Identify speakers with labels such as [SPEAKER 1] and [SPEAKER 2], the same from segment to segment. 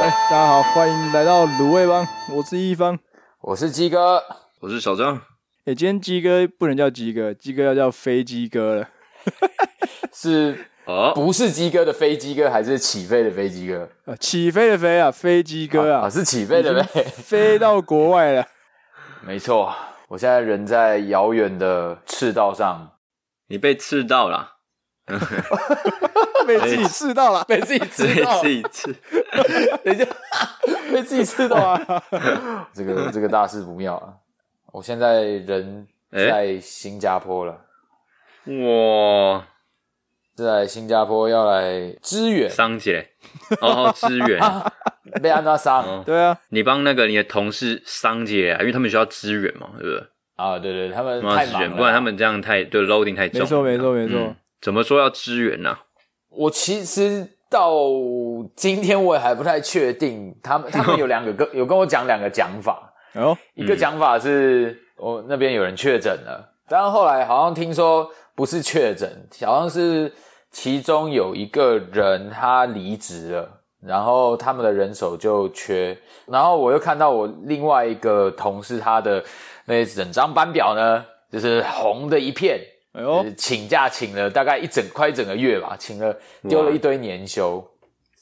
[SPEAKER 1] 哎好，欢迎来到卤味帮，我是一方。
[SPEAKER 2] 我是鸡哥，
[SPEAKER 3] 我是小张，
[SPEAKER 1] 诶，今天鸡哥不能叫鸡哥，鸡哥要叫飞鸡哥了。
[SPEAKER 2] 是
[SPEAKER 3] 好、
[SPEAKER 2] 不是鸡哥的飞鸡哥，还是起飞的飞鸡哥？
[SPEAKER 1] 呃，起飞的飞啊，飞鸡哥啊，
[SPEAKER 2] 啊，是起飞的飞，
[SPEAKER 1] 飞到国外 了。
[SPEAKER 2] 没错。我现在人在遥远的赤道上，
[SPEAKER 3] 你被刺到啦，
[SPEAKER 1] 被自己刺到了。
[SPEAKER 2] 被自己
[SPEAKER 3] 对
[SPEAKER 2] 吃到，
[SPEAKER 3] 自己刺，
[SPEAKER 2] 等一下，被自己吃到啊！ 这个这个大事不妙啊！我现在人在新加坡了，
[SPEAKER 3] 哇，
[SPEAKER 2] 是在新加坡要来支援
[SPEAKER 3] 伤起来，哦，支援，
[SPEAKER 1] 啊
[SPEAKER 2] 被安娜桑
[SPEAKER 3] 哦
[SPEAKER 1] 对啊，
[SPEAKER 3] 你帮那个你的同事伤起来，因为他们需要支援嘛，对不对？
[SPEAKER 2] 啊！对对，他们
[SPEAKER 3] 他们要
[SPEAKER 2] 太
[SPEAKER 3] 支
[SPEAKER 2] 忙
[SPEAKER 3] 援，
[SPEAKER 2] 了，
[SPEAKER 3] 不然他们这样太对 loading 太重，
[SPEAKER 1] 没错没错没错
[SPEAKER 3] 嗯。怎么说要支援呢、
[SPEAKER 2] 我其实到今天我也还不太确定，他们他们有两个跟有跟我讲两个讲法，
[SPEAKER 3] 嗯
[SPEAKER 1] 然后
[SPEAKER 2] 一个讲法是我、哦那边有人确诊了，但后来好像听说不是确诊，好像是其中有一个人他离职了。然后他们的人手就缺，然后我又看到我另外一个同事他的那整张班表呢，就是红的一片，
[SPEAKER 1] 哎
[SPEAKER 2] 哦
[SPEAKER 1] 呦，，
[SPEAKER 2] 请假请了大概一整快一整个月吧，请了丢了一堆年休，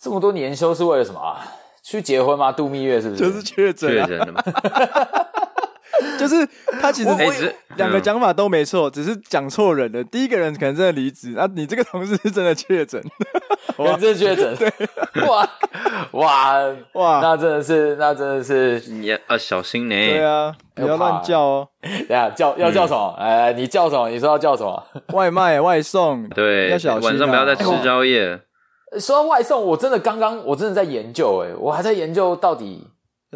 [SPEAKER 2] 这么多年休是为了什么啊？去结婚吗？度蜜月是不是？
[SPEAKER 1] 就是确诊
[SPEAKER 3] 确
[SPEAKER 1] 啊，
[SPEAKER 3] 诊了嘛？
[SPEAKER 1] 就是他其实
[SPEAKER 3] 哎只是
[SPEAKER 1] 两个
[SPEAKER 3] 嗯
[SPEAKER 1] 讲法都没错，只是讲错人了。第一个人可能真的离职，啊，你这个同事是真的确诊，
[SPEAKER 2] 人证确诊，哇哇
[SPEAKER 1] 哇
[SPEAKER 2] 那真的是那真的是，
[SPEAKER 3] 你要啊小心呢、
[SPEAKER 1] 对啊，
[SPEAKER 2] 哎
[SPEAKER 1] 不要乱叫哦，
[SPEAKER 2] 等一下叫要叫什么？
[SPEAKER 1] 嗯
[SPEAKER 2] 哎、你叫什么？你说要叫什么？
[SPEAKER 1] 外卖外送，
[SPEAKER 3] 对，
[SPEAKER 1] 要小心啊
[SPEAKER 3] 晚上不要再吃宵夜。
[SPEAKER 2] 说到外送，我真的刚刚我真的在研究、哎，我还在研究到底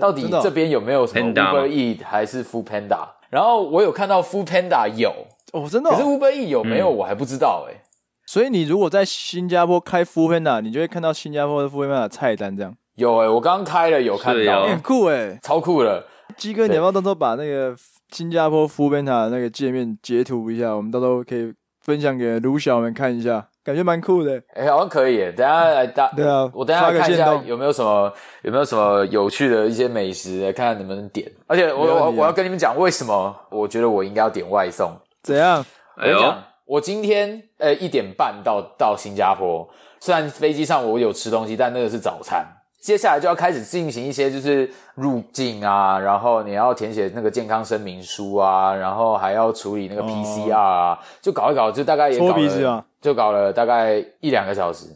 [SPEAKER 2] 到底
[SPEAKER 1] 真的哦
[SPEAKER 2] 这边有没有什么
[SPEAKER 3] Panda 吗
[SPEAKER 2] Uber E 还是 Food Panda，然后我有看到 Food Panda 有，
[SPEAKER 1] 哦，真的
[SPEAKER 2] 可是
[SPEAKER 1] 哦。
[SPEAKER 2] Uber E 有没有、
[SPEAKER 3] 嗯
[SPEAKER 2] 我还不知道、哎。
[SPEAKER 1] 所以你如果在新加坡开 f o o p a n d a 你就会看到新加坡的 f o o p a n d a 菜单这样，
[SPEAKER 2] 有欸诶、我刚开了，有看
[SPEAKER 3] 是
[SPEAKER 2] 到，
[SPEAKER 3] 哦
[SPEAKER 1] 哎很酷哎、
[SPEAKER 2] 超酷的。
[SPEAKER 1] 鸡哥，你要不要到时候把那个新加坡 f o o p a n d a 那个界面截图一下，我们到时候可以分享给卢小们看一下，感觉蛮酷的、
[SPEAKER 2] 哎、好像可以耶。等一下来搭，
[SPEAKER 1] 对啊
[SPEAKER 2] 我等一下来
[SPEAKER 1] 发
[SPEAKER 2] 看
[SPEAKER 1] 个
[SPEAKER 2] 一
[SPEAKER 1] 限
[SPEAKER 2] 下
[SPEAKER 1] 动
[SPEAKER 2] 有没有什么有没有什么有趣的一些美食，来看看能不能点。而且我
[SPEAKER 1] 没问
[SPEAKER 2] 我
[SPEAKER 1] 题啊
[SPEAKER 2] 我要跟你们讲，为什么我觉得我应该要点外送。
[SPEAKER 1] 怎 样？
[SPEAKER 2] 我
[SPEAKER 3] 哎
[SPEAKER 2] 跟你
[SPEAKER 3] 呦
[SPEAKER 2] 讲，，我今天呃一点半到到新加坡，虽然飞机上我有吃东西，但那个是早餐。接下来就要开始进行一些就是入境啊，然后你要填写那个健康声明书啊，然后还要处理那个
[SPEAKER 1] 哦
[SPEAKER 2] PCR 啊，就搞一搞，就大概也搞
[SPEAKER 1] 搓鼻子
[SPEAKER 2] 了
[SPEAKER 1] 啊
[SPEAKER 2] 就搞了大概一两个小时。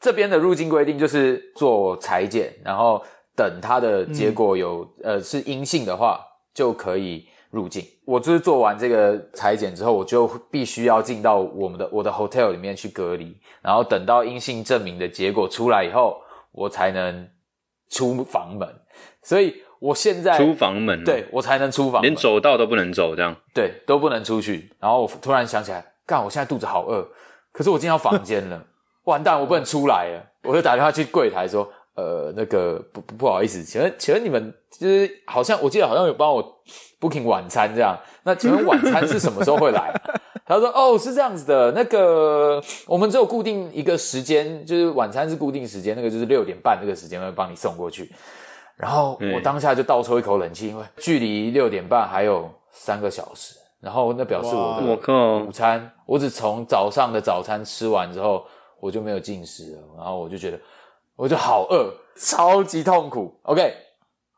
[SPEAKER 2] 这边的入境规定就是做裁剪，然后等它的结果有、
[SPEAKER 3] 嗯
[SPEAKER 2] 呃是阴性的话，就可以入境。我就是做完这个裁剪之后，我就必须要进到我们的我的 hotel 里面去隔离，然后等到阴性证明的结果出来以后，我才能出房门。所以我现
[SPEAKER 1] 哎
[SPEAKER 2] 在
[SPEAKER 3] 出房门、，
[SPEAKER 2] 对我才能出房门，
[SPEAKER 3] 连走道都不能走，这样
[SPEAKER 2] 对，都不能出去。然后我突然想起来，干，我现在肚子好饿，可是我进到房间了，完蛋，我不能出来了。我就打电话去柜台说，呃，那个不不不好意思，请问请问你们就是好像我记得好像有帮我 booking 晚餐这样，那请问晚餐是什么时候会 来？他说：“哦，是这样子的，那个我们只有固定一个时间，就是晚餐是固定时间，那个就是六点半这个时间会帮你送过去。”然后我
[SPEAKER 3] 嗯
[SPEAKER 2] 当下就倒抽一口冷气，因为距离六点半还有三个小时。然后那表示
[SPEAKER 1] 哇
[SPEAKER 3] 我
[SPEAKER 2] 我的
[SPEAKER 3] 靠
[SPEAKER 2] 午，餐，我只从早上的早餐吃完之后，我就没有进食了。然后我就觉得，我就好饿，超级痛苦。OK，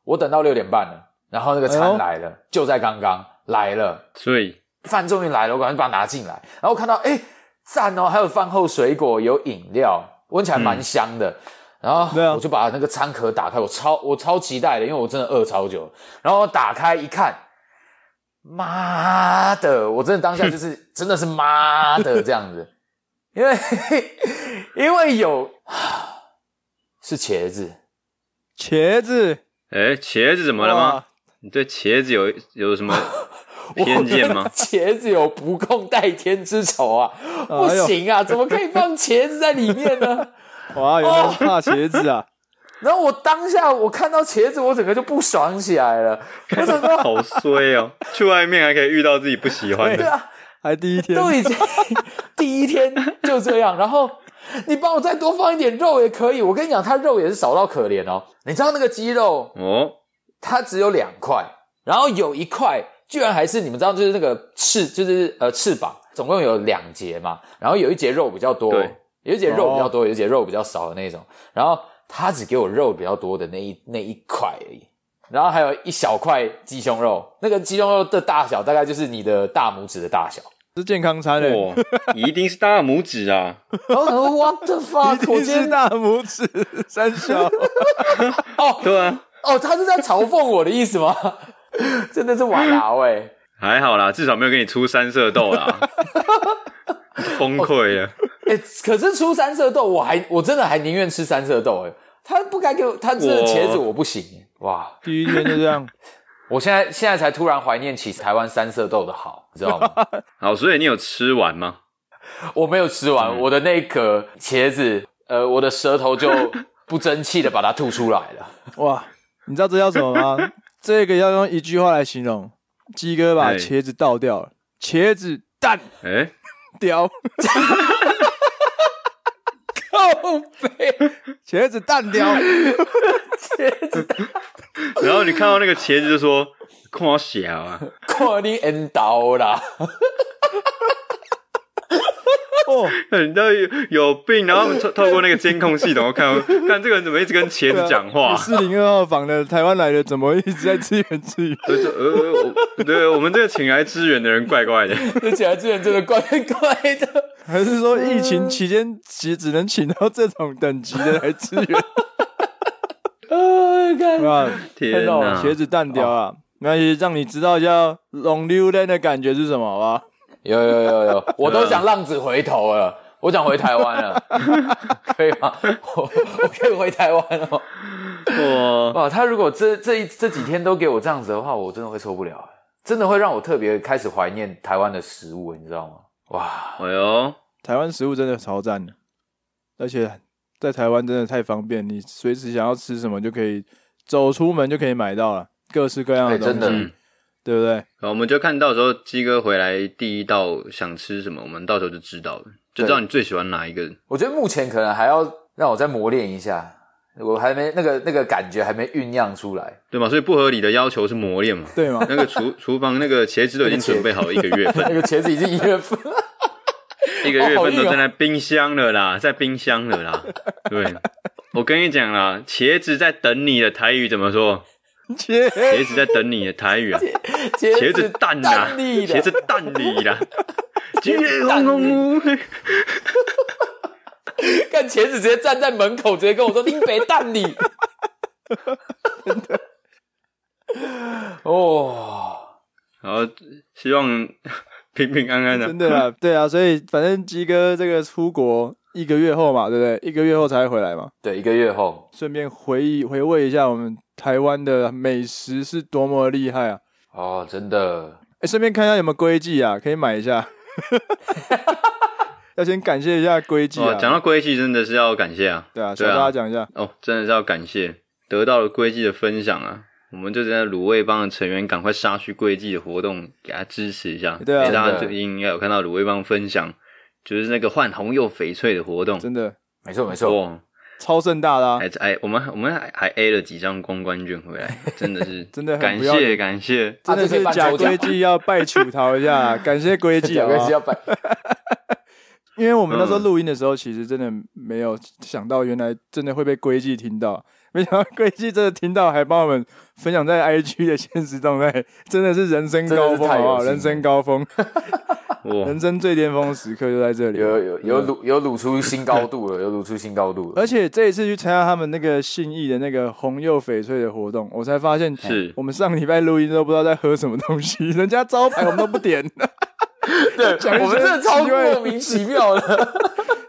[SPEAKER 2] 我等到六点半了，然后那个
[SPEAKER 1] 哎呦
[SPEAKER 2] 餐来了，就在刚刚来了。
[SPEAKER 3] 所以
[SPEAKER 2] 饭终于来了，我赶快把它拿进来，然后看到哎赞哦，还有饭后水果，有饮料，闻起来蛮香的。然
[SPEAKER 1] 对啊
[SPEAKER 2] 后我就把那个餐壳打开，我超我超期待的，因为我真的饿超久了。然后我打开一看，妈的！我真的当下就是真的是妈的这 样子，因为因为有是茄子，
[SPEAKER 1] 茄子
[SPEAKER 3] 哎、茄子怎么了吗
[SPEAKER 1] 哇？
[SPEAKER 3] 你对茄子有 有什么偏见吗？？
[SPEAKER 2] 茄子有不共戴天之仇啊！
[SPEAKER 1] 哎
[SPEAKER 2] 不行啊，怎么可以放茄子在里面呢？
[SPEAKER 1] 哇，原来是怕茄子啊！
[SPEAKER 2] 然后我当下我看到茄子，我整个就不爽起来了。我想 说，
[SPEAKER 3] 好衰哦！去外面还可以遇到自己不喜欢
[SPEAKER 2] 对
[SPEAKER 3] 的，
[SPEAKER 2] 啊，
[SPEAKER 1] 还第一天，
[SPEAKER 2] 都已经第一天就这样，然后你帮我再多放一点肉也可以。我跟你讲，他肉也是少到可怜哦。你知道那个鸡肉，
[SPEAKER 3] 哦，
[SPEAKER 2] 它只有两块，然后有一块居然还是你们知道，就是那个翅，就是呃翅膀，总共有两节嘛，然后有一节肉比较多
[SPEAKER 3] 对，
[SPEAKER 2] 有一节肉比较多，有一节肉比较少的那种，然后他只给我肉比较多的那一那一块而已。然后还有一小块鸡胸肉，那个鸡胸肉的大小大概就是你的大拇指的大 小。
[SPEAKER 1] 是健康餐欸嘞、
[SPEAKER 3] 哇，你一定是大拇指啊！
[SPEAKER 2] 然后我想说 Oh, What the
[SPEAKER 1] 一
[SPEAKER 2] fuck！我
[SPEAKER 1] 定
[SPEAKER 2] 今
[SPEAKER 1] 是
[SPEAKER 2] 天
[SPEAKER 1] 大拇指三小，
[SPEAKER 2] 哦
[SPEAKER 3] 对啊，
[SPEAKER 2] 哦，他是在嘲讽我的意思吗？ 真的是瓦劳哎、
[SPEAKER 3] 还好啦，至少没有给你出三色豆 啦，崩溃啊了。
[SPEAKER 2] 哎、可是出三色豆，我还我真的还宁愿吃三色豆哎、他不该给我，他这个
[SPEAKER 3] 我
[SPEAKER 2] 茄子我不行、欸、哇！
[SPEAKER 1] 第一天就这样，
[SPEAKER 2] 我现在现在才突然怀念起台湾三色豆的好，你知道 吗？
[SPEAKER 3] 好，所以你有吃完吗？
[SPEAKER 2] 我没有吃完我的那一颗茄子，呃，我的舌头就不争气的把它吐出来了。
[SPEAKER 1] 哇！你知道这叫什么 吗？这个要用一句话来形容，鸡哥把
[SPEAKER 3] 哎
[SPEAKER 1] 茄子倒掉了，茄子蛋
[SPEAKER 3] 哎、
[SPEAKER 1] 掉，
[SPEAKER 2] 靠背，
[SPEAKER 1] 茄子蛋掉， 哦
[SPEAKER 3] 然后你看到那个茄子就说“夸小啊
[SPEAKER 2] 看你恩刀啦！
[SPEAKER 1] 哦，”，
[SPEAKER 3] 你到底有有病？然后我们透透过那个监控系统看到，看这个人怎么一直跟茄子讲话？
[SPEAKER 2] 啊
[SPEAKER 1] 四零二号房的台湾来的，怎么一直在自言自语？
[SPEAKER 3] 我就呃，我对我们这个请来支援的人怪 怪的。
[SPEAKER 2] 这起来之前真的怪 怪的。
[SPEAKER 1] 还是说疫情期间只只能请到这种等级的来支 援？
[SPEAKER 2] 啊，看
[SPEAKER 1] 对吧？
[SPEAKER 3] 天
[SPEAKER 2] 看到
[SPEAKER 3] 哪
[SPEAKER 2] 了！
[SPEAKER 1] 茄子蛋雕啊，没关系，让你知道一下龙溜人的感觉是什么，好吧？
[SPEAKER 2] 有有有 有，我都想浪子回头了，我想回台湾 了，可以吗？我我可以回台湾了吗。
[SPEAKER 3] 哇，
[SPEAKER 2] 哇，他如果这这一这几天都给我这样子的话，我真的会受不了，欸真的会让我特别开始怀念台湾的食物，你知道吗？哇，
[SPEAKER 3] 哎呦，
[SPEAKER 1] 台湾食物真的超赞的，而且在台湾真的太方便，你随时想要吃什么就可以走出门就可以买到了，各式各样
[SPEAKER 2] 哎，
[SPEAKER 1] 的东
[SPEAKER 2] 真的
[SPEAKER 3] 嗯
[SPEAKER 1] 西，，对不 对？
[SPEAKER 3] 好我们就看到时候鸡哥回来第一道想吃什么，我们到时候就知道了，就知道你最喜欢哪一个。
[SPEAKER 2] 我觉得目前可能还要让我再磨练一下，我还没那个那个感觉还没酝酿出来。
[SPEAKER 3] 对嘛？所以不合理的要求是磨练嘛。
[SPEAKER 1] 对吗？
[SPEAKER 3] 那个厨厨房那个茄子都已经准备好了一个月份，
[SPEAKER 2] 那个茄子已经一月份，
[SPEAKER 3] 一个月
[SPEAKER 2] 好
[SPEAKER 3] 份
[SPEAKER 2] 硬哦
[SPEAKER 3] 都在那冰箱了啦，在冰箱了啦。对，我跟你讲啦，茄子在等你的台语怎么说？
[SPEAKER 1] 切，
[SPEAKER 3] 茄子在等你的台语啊，茄
[SPEAKER 2] 茄
[SPEAKER 3] 子蛋啦，
[SPEAKER 2] 蛋力的
[SPEAKER 3] 茄子蛋你啦，今日
[SPEAKER 2] 蛋
[SPEAKER 3] 轰轰轰，
[SPEAKER 2] 看茄子直接站在门口，直接跟我说：“林北蛋你。” 哦，
[SPEAKER 3] 然后希望平平安安的
[SPEAKER 1] 真。的啦，对啊，所以反正鸡哥这个出国一个月后嘛，对不对？一个月后才会回来嘛，
[SPEAKER 2] 对，一个月后，
[SPEAKER 1] 顺便回忆回味一下我们台湾的美食是多么厉害啊！
[SPEAKER 2] 哦，真的，
[SPEAKER 1] 哎，顺便看一下有没有龟记啊，可以买一下。 要先感谢一下龟记
[SPEAKER 3] 哦
[SPEAKER 1] 啊，，
[SPEAKER 3] 讲到龟记真的是要感谢啊，
[SPEAKER 1] 对啊，小
[SPEAKER 3] 对
[SPEAKER 1] 大
[SPEAKER 3] 啊
[SPEAKER 1] 家，讲一下，
[SPEAKER 3] 哦，真的是要感谢得到了龟记的分享啊，我们就真的卤味帮的成员赶快杀去龟记的活动，给他支持一下。
[SPEAKER 1] 对啊
[SPEAKER 3] 诶
[SPEAKER 2] 真
[SPEAKER 3] 大家
[SPEAKER 2] 的
[SPEAKER 3] 最近应该有看到卤味帮分享，就是那个换红又翡翠的活动，
[SPEAKER 1] 真的
[SPEAKER 2] 没错没错，
[SPEAKER 3] 哇，
[SPEAKER 1] 超盛大的啊，
[SPEAKER 3] 还哎，我们我们还还 A 了几张公关券回 来，真的是
[SPEAKER 1] 真的很
[SPEAKER 3] 感
[SPEAKER 1] 不要
[SPEAKER 3] 谢
[SPEAKER 1] 脸
[SPEAKER 3] 感谢。
[SPEAKER 1] 真的是假规矩要拜求桃一 下，感谢规矩
[SPEAKER 2] 讲
[SPEAKER 1] 啊
[SPEAKER 2] 个！是要办，
[SPEAKER 1] 因为我们那时候录音的时候，其实真的没有想到，原来真的会被规矩听到。 没想到规矩真的听到，还帮我们分享在 IG 的现实动态，真的是人生高峰，好不
[SPEAKER 2] 真的是太有
[SPEAKER 1] 好？
[SPEAKER 2] 心了
[SPEAKER 1] 人生高峰，
[SPEAKER 3] 哇
[SPEAKER 1] 人，生最巅峰时刻就在这里。
[SPEAKER 2] 有有有卤有卤出新高度了，有 卤出新高度了，
[SPEAKER 1] 而且这一次去参加他们那个信义的那个红柚翡翠的活动，我才发现，
[SPEAKER 3] 是
[SPEAKER 1] 我们上礼拜录音都不知道在喝什么东西， 人家招牌我们都不点，
[SPEAKER 2] 对，我们真的超莫名其妙的，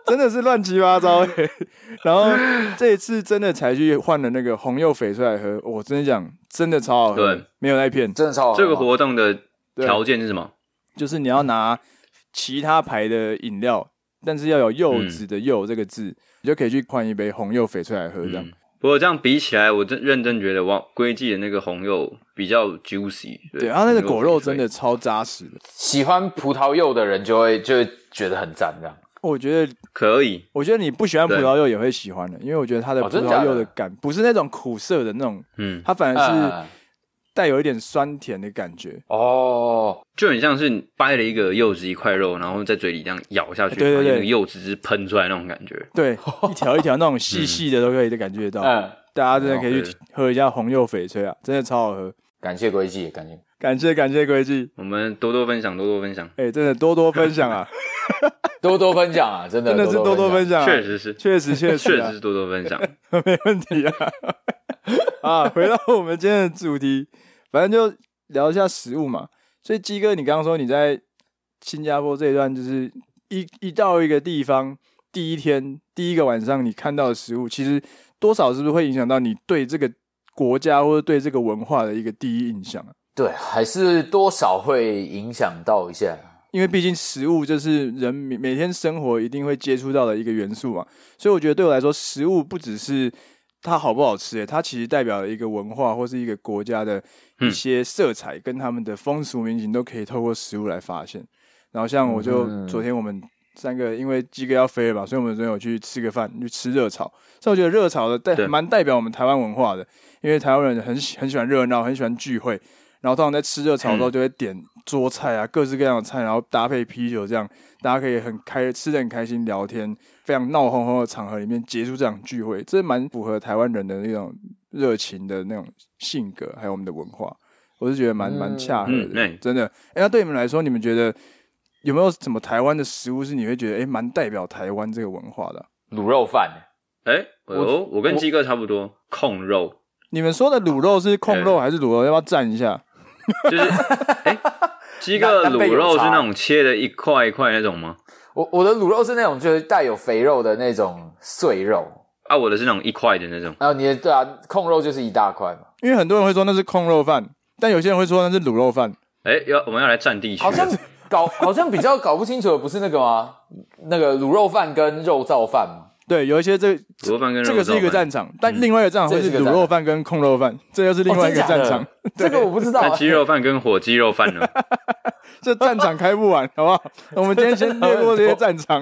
[SPEAKER 1] 真的是乱七八糟、欸。然后这一次真的才去换了那个红柚翡翠来喝，我真的讲，真的超好喝
[SPEAKER 3] 对，
[SPEAKER 1] 没有在骗，
[SPEAKER 2] 真的超好玩
[SPEAKER 3] 这个活动的
[SPEAKER 1] 对
[SPEAKER 3] 条件是什么？
[SPEAKER 1] 就是你要拿其他牌的饮料，但是要有柚子的柚这个字，你就可以去换一杯红柚翡翠来喝，这样、
[SPEAKER 3] 嗯不过这样比起来，我真认真觉得哇，龟记的那个红柚比较 juicy 对。
[SPEAKER 1] 对，然啊后那个
[SPEAKER 3] 红
[SPEAKER 1] 果
[SPEAKER 3] 柚
[SPEAKER 1] 肉
[SPEAKER 3] 翡翠
[SPEAKER 1] 真的超扎实的，
[SPEAKER 2] 喜欢葡萄柚的人就会就会觉得很赞这样，
[SPEAKER 1] 我觉得，
[SPEAKER 3] 可以，
[SPEAKER 1] 我觉得你不喜欢葡萄柚也会喜欢的，因为我觉得它的
[SPEAKER 2] 哦
[SPEAKER 1] 葡
[SPEAKER 2] 真的假
[SPEAKER 1] 萄
[SPEAKER 2] 的
[SPEAKER 1] 柚的感不是那种苦涩的那种，
[SPEAKER 3] 嗯，
[SPEAKER 1] 它反而
[SPEAKER 2] 嗯
[SPEAKER 1] 是带有一点酸甜的感觉。
[SPEAKER 2] 哦，
[SPEAKER 3] 就很像是你掰了一个柚子一块肉，然后在嘴里这样咬下去，
[SPEAKER 1] 对对
[SPEAKER 3] 把那
[SPEAKER 1] 对
[SPEAKER 3] 个柚子汁喷出来那种感觉。
[SPEAKER 1] 对，一条一条那种细细的都可以的感觉到。
[SPEAKER 2] 嗯，
[SPEAKER 1] 大家真的可以
[SPEAKER 3] 哦
[SPEAKER 1] 去
[SPEAKER 3] 对
[SPEAKER 1] 喝一下红柚翡翠啊，真的超好喝。
[SPEAKER 2] 感谢归记，感谢。
[SPEAKER 1] 感谢感谢规矩，
[SPEAKER 3] 我们多多分享，多多分享，
[SPEAKER 1] 哎、真的多多分享啊，
[SPEAKER 2] 多多分享啊，真的
[SPEAKER 1] 真的是多多分享、
[SPEAKER 2] 享。
[SPEAKER 1] 啊，
[SPEAKER 3] 确实是，
[SPEAKER 1] 确实确实
[SPEAKER 3] 确
[SPEAKER 1] 啊
[SPEAKER 3] 实是多多 分享。
[SPEAKER 1] 没问题啊。 啊，回到我们今天的主题，反正就聊一下食物嘛。所以鸡哥，你刚刚说你在新加坡这一段，就是一一到一个地方，第一天第一个晚上你看到的食物，其实多少是不是会影响到你对这个国家或者对这个文化的一个第一印象啊？
[SPEAKER 2] 对，还是多少会影响到一下。
[SPEAKER 1] 因为毕竟食物就是人每每天生活一定会接触到的一个元素嘛，所以我觉得对我来说，食物不只是它好不好吃、欸，它其实代表了一个文化或是一个国家的一些色彩，跟他们的风俗民情都可以透过食物来发现。然后像我就
[SPEAKER 2] 嗯
[SPEAKER 1] 昨天我们三个因为鸡哥要飞了吧，所以我们昨天有去吃个饭，去吃热炒。所以我觉得热炒的代
[SPEAKER 3] 对
[SPEAKER 1] 蛮代表我们台湾文化的，因为台湾人很喜很喜欢热闹，很喜欢聚会，然后通常在吃热炒
[SPEAKER 3] 嗯
[SPEAKER 1] 的时候就会点桌菜啊，各式各样的菜，然后搭配啤酒，这样大家可以很开吃的很开心，聊天，非常闹哄哄的场合里面结束这场聚会，这蛮符合台湾人的那种热情的那种性格，还有我们的文化，我是觉得蛮蛮
[SPEAKER 2] 嗯
[SPEAKER 1] 恰合
[SPEAKER 3] 嗯
[SPEAKER 1] 的，
[SPEAKER 3] 对
[SPEAKER 1] 真的。哎，那对你们来说，你们觉得有没有什么台湾的食物是你会觉得哎蛮代表台湾这个文化的啊？
[SPEAKER 2] 卤肉饭，
[SPEAKER 3] 哎，我我跟
[SPEAKER 2] 我
[SPEAKER 3] 鸡哥差不多，控肉
[SPEAKER 1] 你们说的卤肉是控肉
[SPEAKER 3] 呃
[SPEAKER 1] 还是卤肉？要不要蘸一下？
[SPEAKER 3] 就是，哎，鸡哥
[SPEAKER 2] 那那被
[SPEAKER 3] 卤
[SPEAKER 2] 有
[SPEAKER 3] 肉是
[SPEAKER 2] 差
[SPEAKER 3] 那种切的一块一块那种吗？
[SPEAKER 2] 我我的卤肉是那种就是带有肥肉的那种碎肉，
[SPEAKER 3] 啊，我的是那种一块的那种。
[SPEAKER 2] 然后你的对啊，控肉就是一大块嘛，
[SPEAKER 1] 因为很多人会说那是控肉饭，但有些人会说那是卤肉饭。
[SPEAKER 3] 哎，要我们要来占地区
[SPEAKER 2] 好像
[SPEAKER 3] 了，
[SPEAKER 2] 搞好像比较搞不清楚的不是那个吗？那个卤肉饭跟肉燥饭嘛，
[SPEAKER 1] 对，有一些这
[SPEAKER 3] 卤肉饭跟肉嗯
[SPEAKER 1] 这个是一个
[SPEAKER 3] 燥饭
[SPEAKER 1] 战场，但另外一个战场会是卤肉饭跟控肉饭，这又是另外一个
[SPEAKER 2] 哦真
[SPEAKER 1] 战
[SPEAKER 2] 的假
[SPEAKER 1] 场
[SPEAKER 2] 的。这个我不知 道、啊
[SPEAKER 3] 那鸡肉饭跟火鸡肉饭呢？
[SPEAKER 1] 这战场开不完， 好不好？我们今天先略过这些战 场，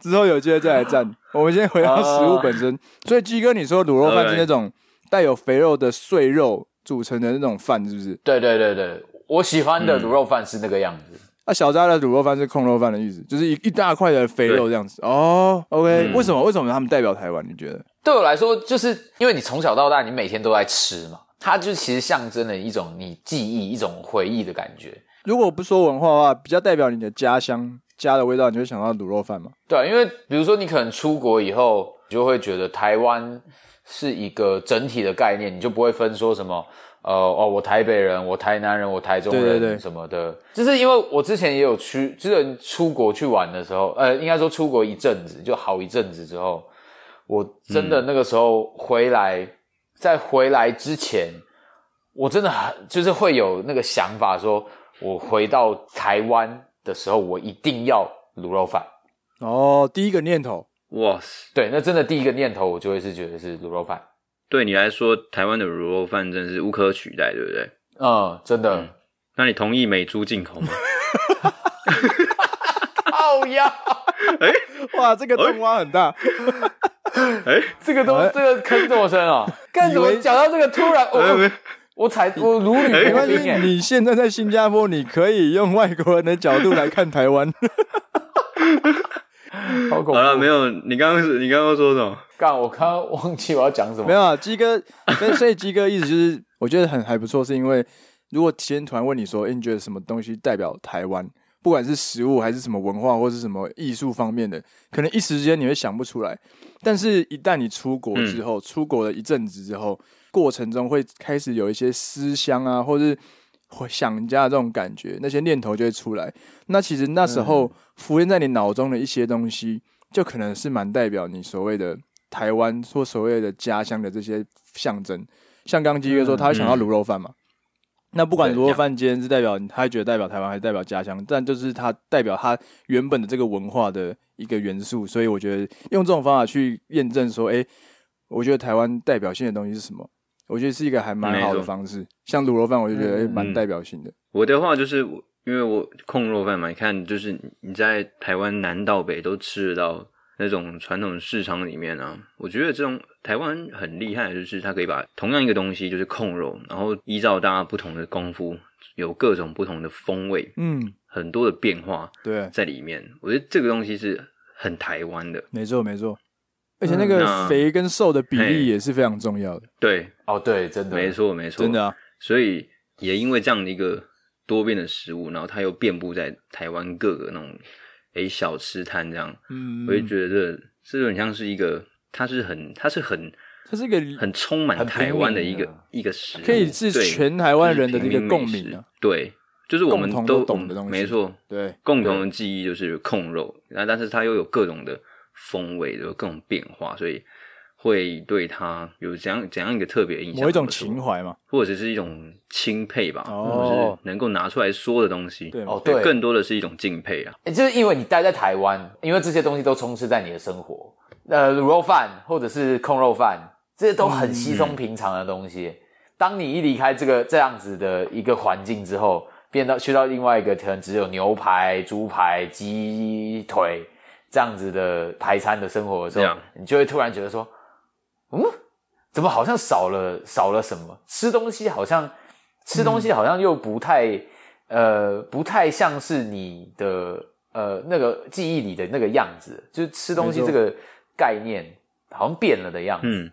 [SPEAKER 1] 之后有机会再来战。我们先回到食物本身。所以鸡哥，你说卤肉饭是那种带有肥肉的碎肉组成的那种饭，是不是？
[SPEAKER 2] 对对对对，我喜欢的卤肉饭是那个样子。
[SPEAKER 1] 那小扎的卤肉饭是控肉饭的意思，就是一一大块的肥肉这样子。哦，OK，
[SPEAKER 3] 嗯
[SPEAKER 1] 为什么？为什么他们代表台湾？你觉得？
[SPEAKER 2] 对我来说，就是因为你从小到大你每天都在吃嘛，它就其实象征了一种你记忆、一种回忆的感觉。
[SPEAKER 1] 如果不说文化的话，比较代表你的家乡家的味道，你会想到卤肉饭嘛？
[SPEAKER 2] 对啊，因为比如说你可能出国以后，你就会觉得台湾是一个整体的概念，你就不会分说什么。呃哦，我台北人，我台南人，我台中人
[SPEAKER 1] 对对对
[SPEAKER 2] 什么的，就是因为我之前也有去，之前出国去玩的时候，呃，应该说出国一阵子，就好一阵子之后，我真的那个时候回来，在回来之前，我真的很就是会有那个想法说我回到台湾的时候，我一定要卤肉饭。
[SPEAKER 1] 哦，第一个念头，
[SPEAKER 3] 哇塞！
[SPEAKER 2] 对，那真的第一个念头我就会是觉得是卤肉饭。
[SPEAKER 3] 对你来说，台湾的卤肉饭真是无可取代，对不对？
[SPEAKER 2] 嗯，真的。
[SPEAKER 3] 嗯那你同意美猪进口吗？
[SPEAKER 2] 靠呀，
[SPEAKER 1] 哇，这个洞挖很大。
[SPEAKER 3] 哎、
[SPEAKER 2] 这个东
[SPEAKER 1] 哎
[SPEAKER 2] 这个坑这么深啊！干
[SPEAKER 1] 以
[SPEAKER 2] 什么
[SPEAKER 1] 为
[SPEAKER 2] 讲到这个突然我
[SPEAKER 3] 哎没
[SPEAKER 2] 我我才我如履
[SPEAKER 1] 没
[SPEAKER 2] 薄
[SPEAKER 1] 关系
[SPEAKER 2] 冰，哎！
[SPEAKER 1] 你现在在新加坡，你可以用外国人的角度来看台湾。
[SPEAKER 2] 好恐怖！
[SPEAKER 3] 好了，没有，你刚刚是你刚刚说什么？
[SPEAKER 2] 干，我刚刚忘记我要讲什
[SPEAKER 1] 没
[SPEAKER 2] 么。
[SPEAKER 1] 有啊，鸡哥，所以所以鸡哥意思就是，我觉得很还不错，是因为如果今天突然问你说，哎、你觉得什么东西代表台湾？不管是食物还是什么文化，或是什么艺术方面的，可能一时间你会想不出来。但是，一旦你出国之后，出国了一阵子之后，过程中会开始有一些思乡啊，或是会想家的这种感觉，那些念头就会出来。那其实那时候浮现在你脑中的一些东西，就可能是蛮代表你所谓的台湾或所谓的家乡的这些象征。像刚刚基哥说，他会想到卤肉饭嘛。那不管
[SPEAKER 3] 对
[SPEAKER 1] 卤肉饭今天是代表，他觉得代表台湾还是代表家乡，但就是他代表他原本的这个文化的一个元素，所以我觉得用这种方法去验证说，哎、我觉得台湾代表性的东西是什么？我觉得是一个还蛮好
[SPEAKER 3] 没
[SPEAKER 1] 的
[SPEAKER 3] 错
[SPEAKER 1] 方式。像卤肉饭，我就觉得哎，
[SPEAKER 2] 嗯
[SPEAKER 1] 蛮、
[SPEAKER 3] 嗯
[SPEAKER 1] 代表性的。
[SPEAKER 3] 我的话就是我因为我控肉饭嘛，你看，就是你在台湾南到北都吃得到那种传统市场里面啊。我觉得这种台湾很厉害，就是它可以把同样一个东西，就是控肉，然后依照大家不同的功夫，有各种不同的风味，
[SPEAKER 1] 嗯，
[SPEAKER 3] 很多的变化
[SPEAKER 1] 对，
[SPEAKER 3] 在里面。我觉得这个东西是很台湾的，
[SPEAKER 1] 没错没错，而且
[SPEAKER 2] 嗯
[SPEAKER 1] 那个
[SPEAKER 3] 那
[SPEAKER 1] 肥跟瘦的比
[SPEAKER 3] 嘿
[SPEAKER 1] 例也是非常重要的，
[SPEAKER 3] 对，
[SPEAKER 2] 哦，对，真的
[SPEAKER 3] 没，错，没错，
[SPEAKER 1] 真的啊，
[SPEAKER 3] 所以也因为这样的一个多变的食物，然后它又遍布在台湾各个那种诶小吃摊这样，
[SPEAKER 1] 嗯，
[SPEAKER 3] 我就觉得这这有点像是一个，它是很它是很
[SPEAKER 1] 它是一个
[SPEAKER 3] 很充满
[SPEAKER 2] 很平民
[SPEAKER 3] 台湾的一
[SPEAKER 2] 的
[SPEAKER 3] 个一个食物，
[SPEAKER 1] 可以是
[SPEAKER 3] 对
[SPEAKER 1] 全台湾人的
[SPEAKER 3] 就
[SPEAKER 1] 一
[SPEAKER 3] 是平
[SPEAKER 1] 个
[SPEAKER 3] 民
[SPEAKER 1] 共
[SPEAKER 3] 美
[SPEAKER 1] 鸣
[SPEAKER 3] 食
[SPEAKER 1] 啊，
[SPEAKER 3] 对，就是我们
[SPEAKER 1] 共同都
[SPEAKER 3] 都
[SPEAKER 1] 懂的东西
[SPEAKER 3] 没错，
[SPEAKER 1] 对，
[SPEAKER 3] 共同的记忆就是控肉，然后但是它又有各种的风味，有各种变化，所以。会对它有怎样怎样一个特别的印象？
[SPEAKER 1] 某一种
[SPEAKER 3] 怎么说
[SPEAKER 1] 情怀嘛，
[SPEAKER 3] 或者是一种钦佩吧，
[SPEAKER 1] 哦
[SPEAKER 3] 或者是能够拿出来说的东西。
[SPEAKER 1] 对
[SPEAKER 2] 哦，
[SPEAKER 3] 对，
[SPEAKER 2] 对，
[SPEAKER 3] 更多的是一种敬佩啊。
[SPEAKER 2] 欸就是因为你待在台湾，因为这些东西都充斥在你的生活，呃，卤肉饭或者是控肉饭，这些都很稀
[SPEAKER 3] 嗯
[SPEAKER 2] 松平常的东西。当你一离开这个这样子的一个环境之后，变到去到另外一个可能只有牛排、猪排、鸡腿这样子的排餐的生活的时
[SPEAKER 3] 这
[SPEAKER 2] 候
[SPEAKER 3] 样，
[SPEAKER 2] 你就会突然觉得说，嗯，怎么好像少了少了什么？吃东西好像吃东
[SPEAKER 3] 嗯
[SPEAKER 2] 西好像又不太、呃不太像是你的呃那个记忆里的那个样子，就是吃东西
[SPEAKER 1] 没错
[SPEAKER 2] 这个概念好像变了的样子，
[SPEAKER 3] 嗯，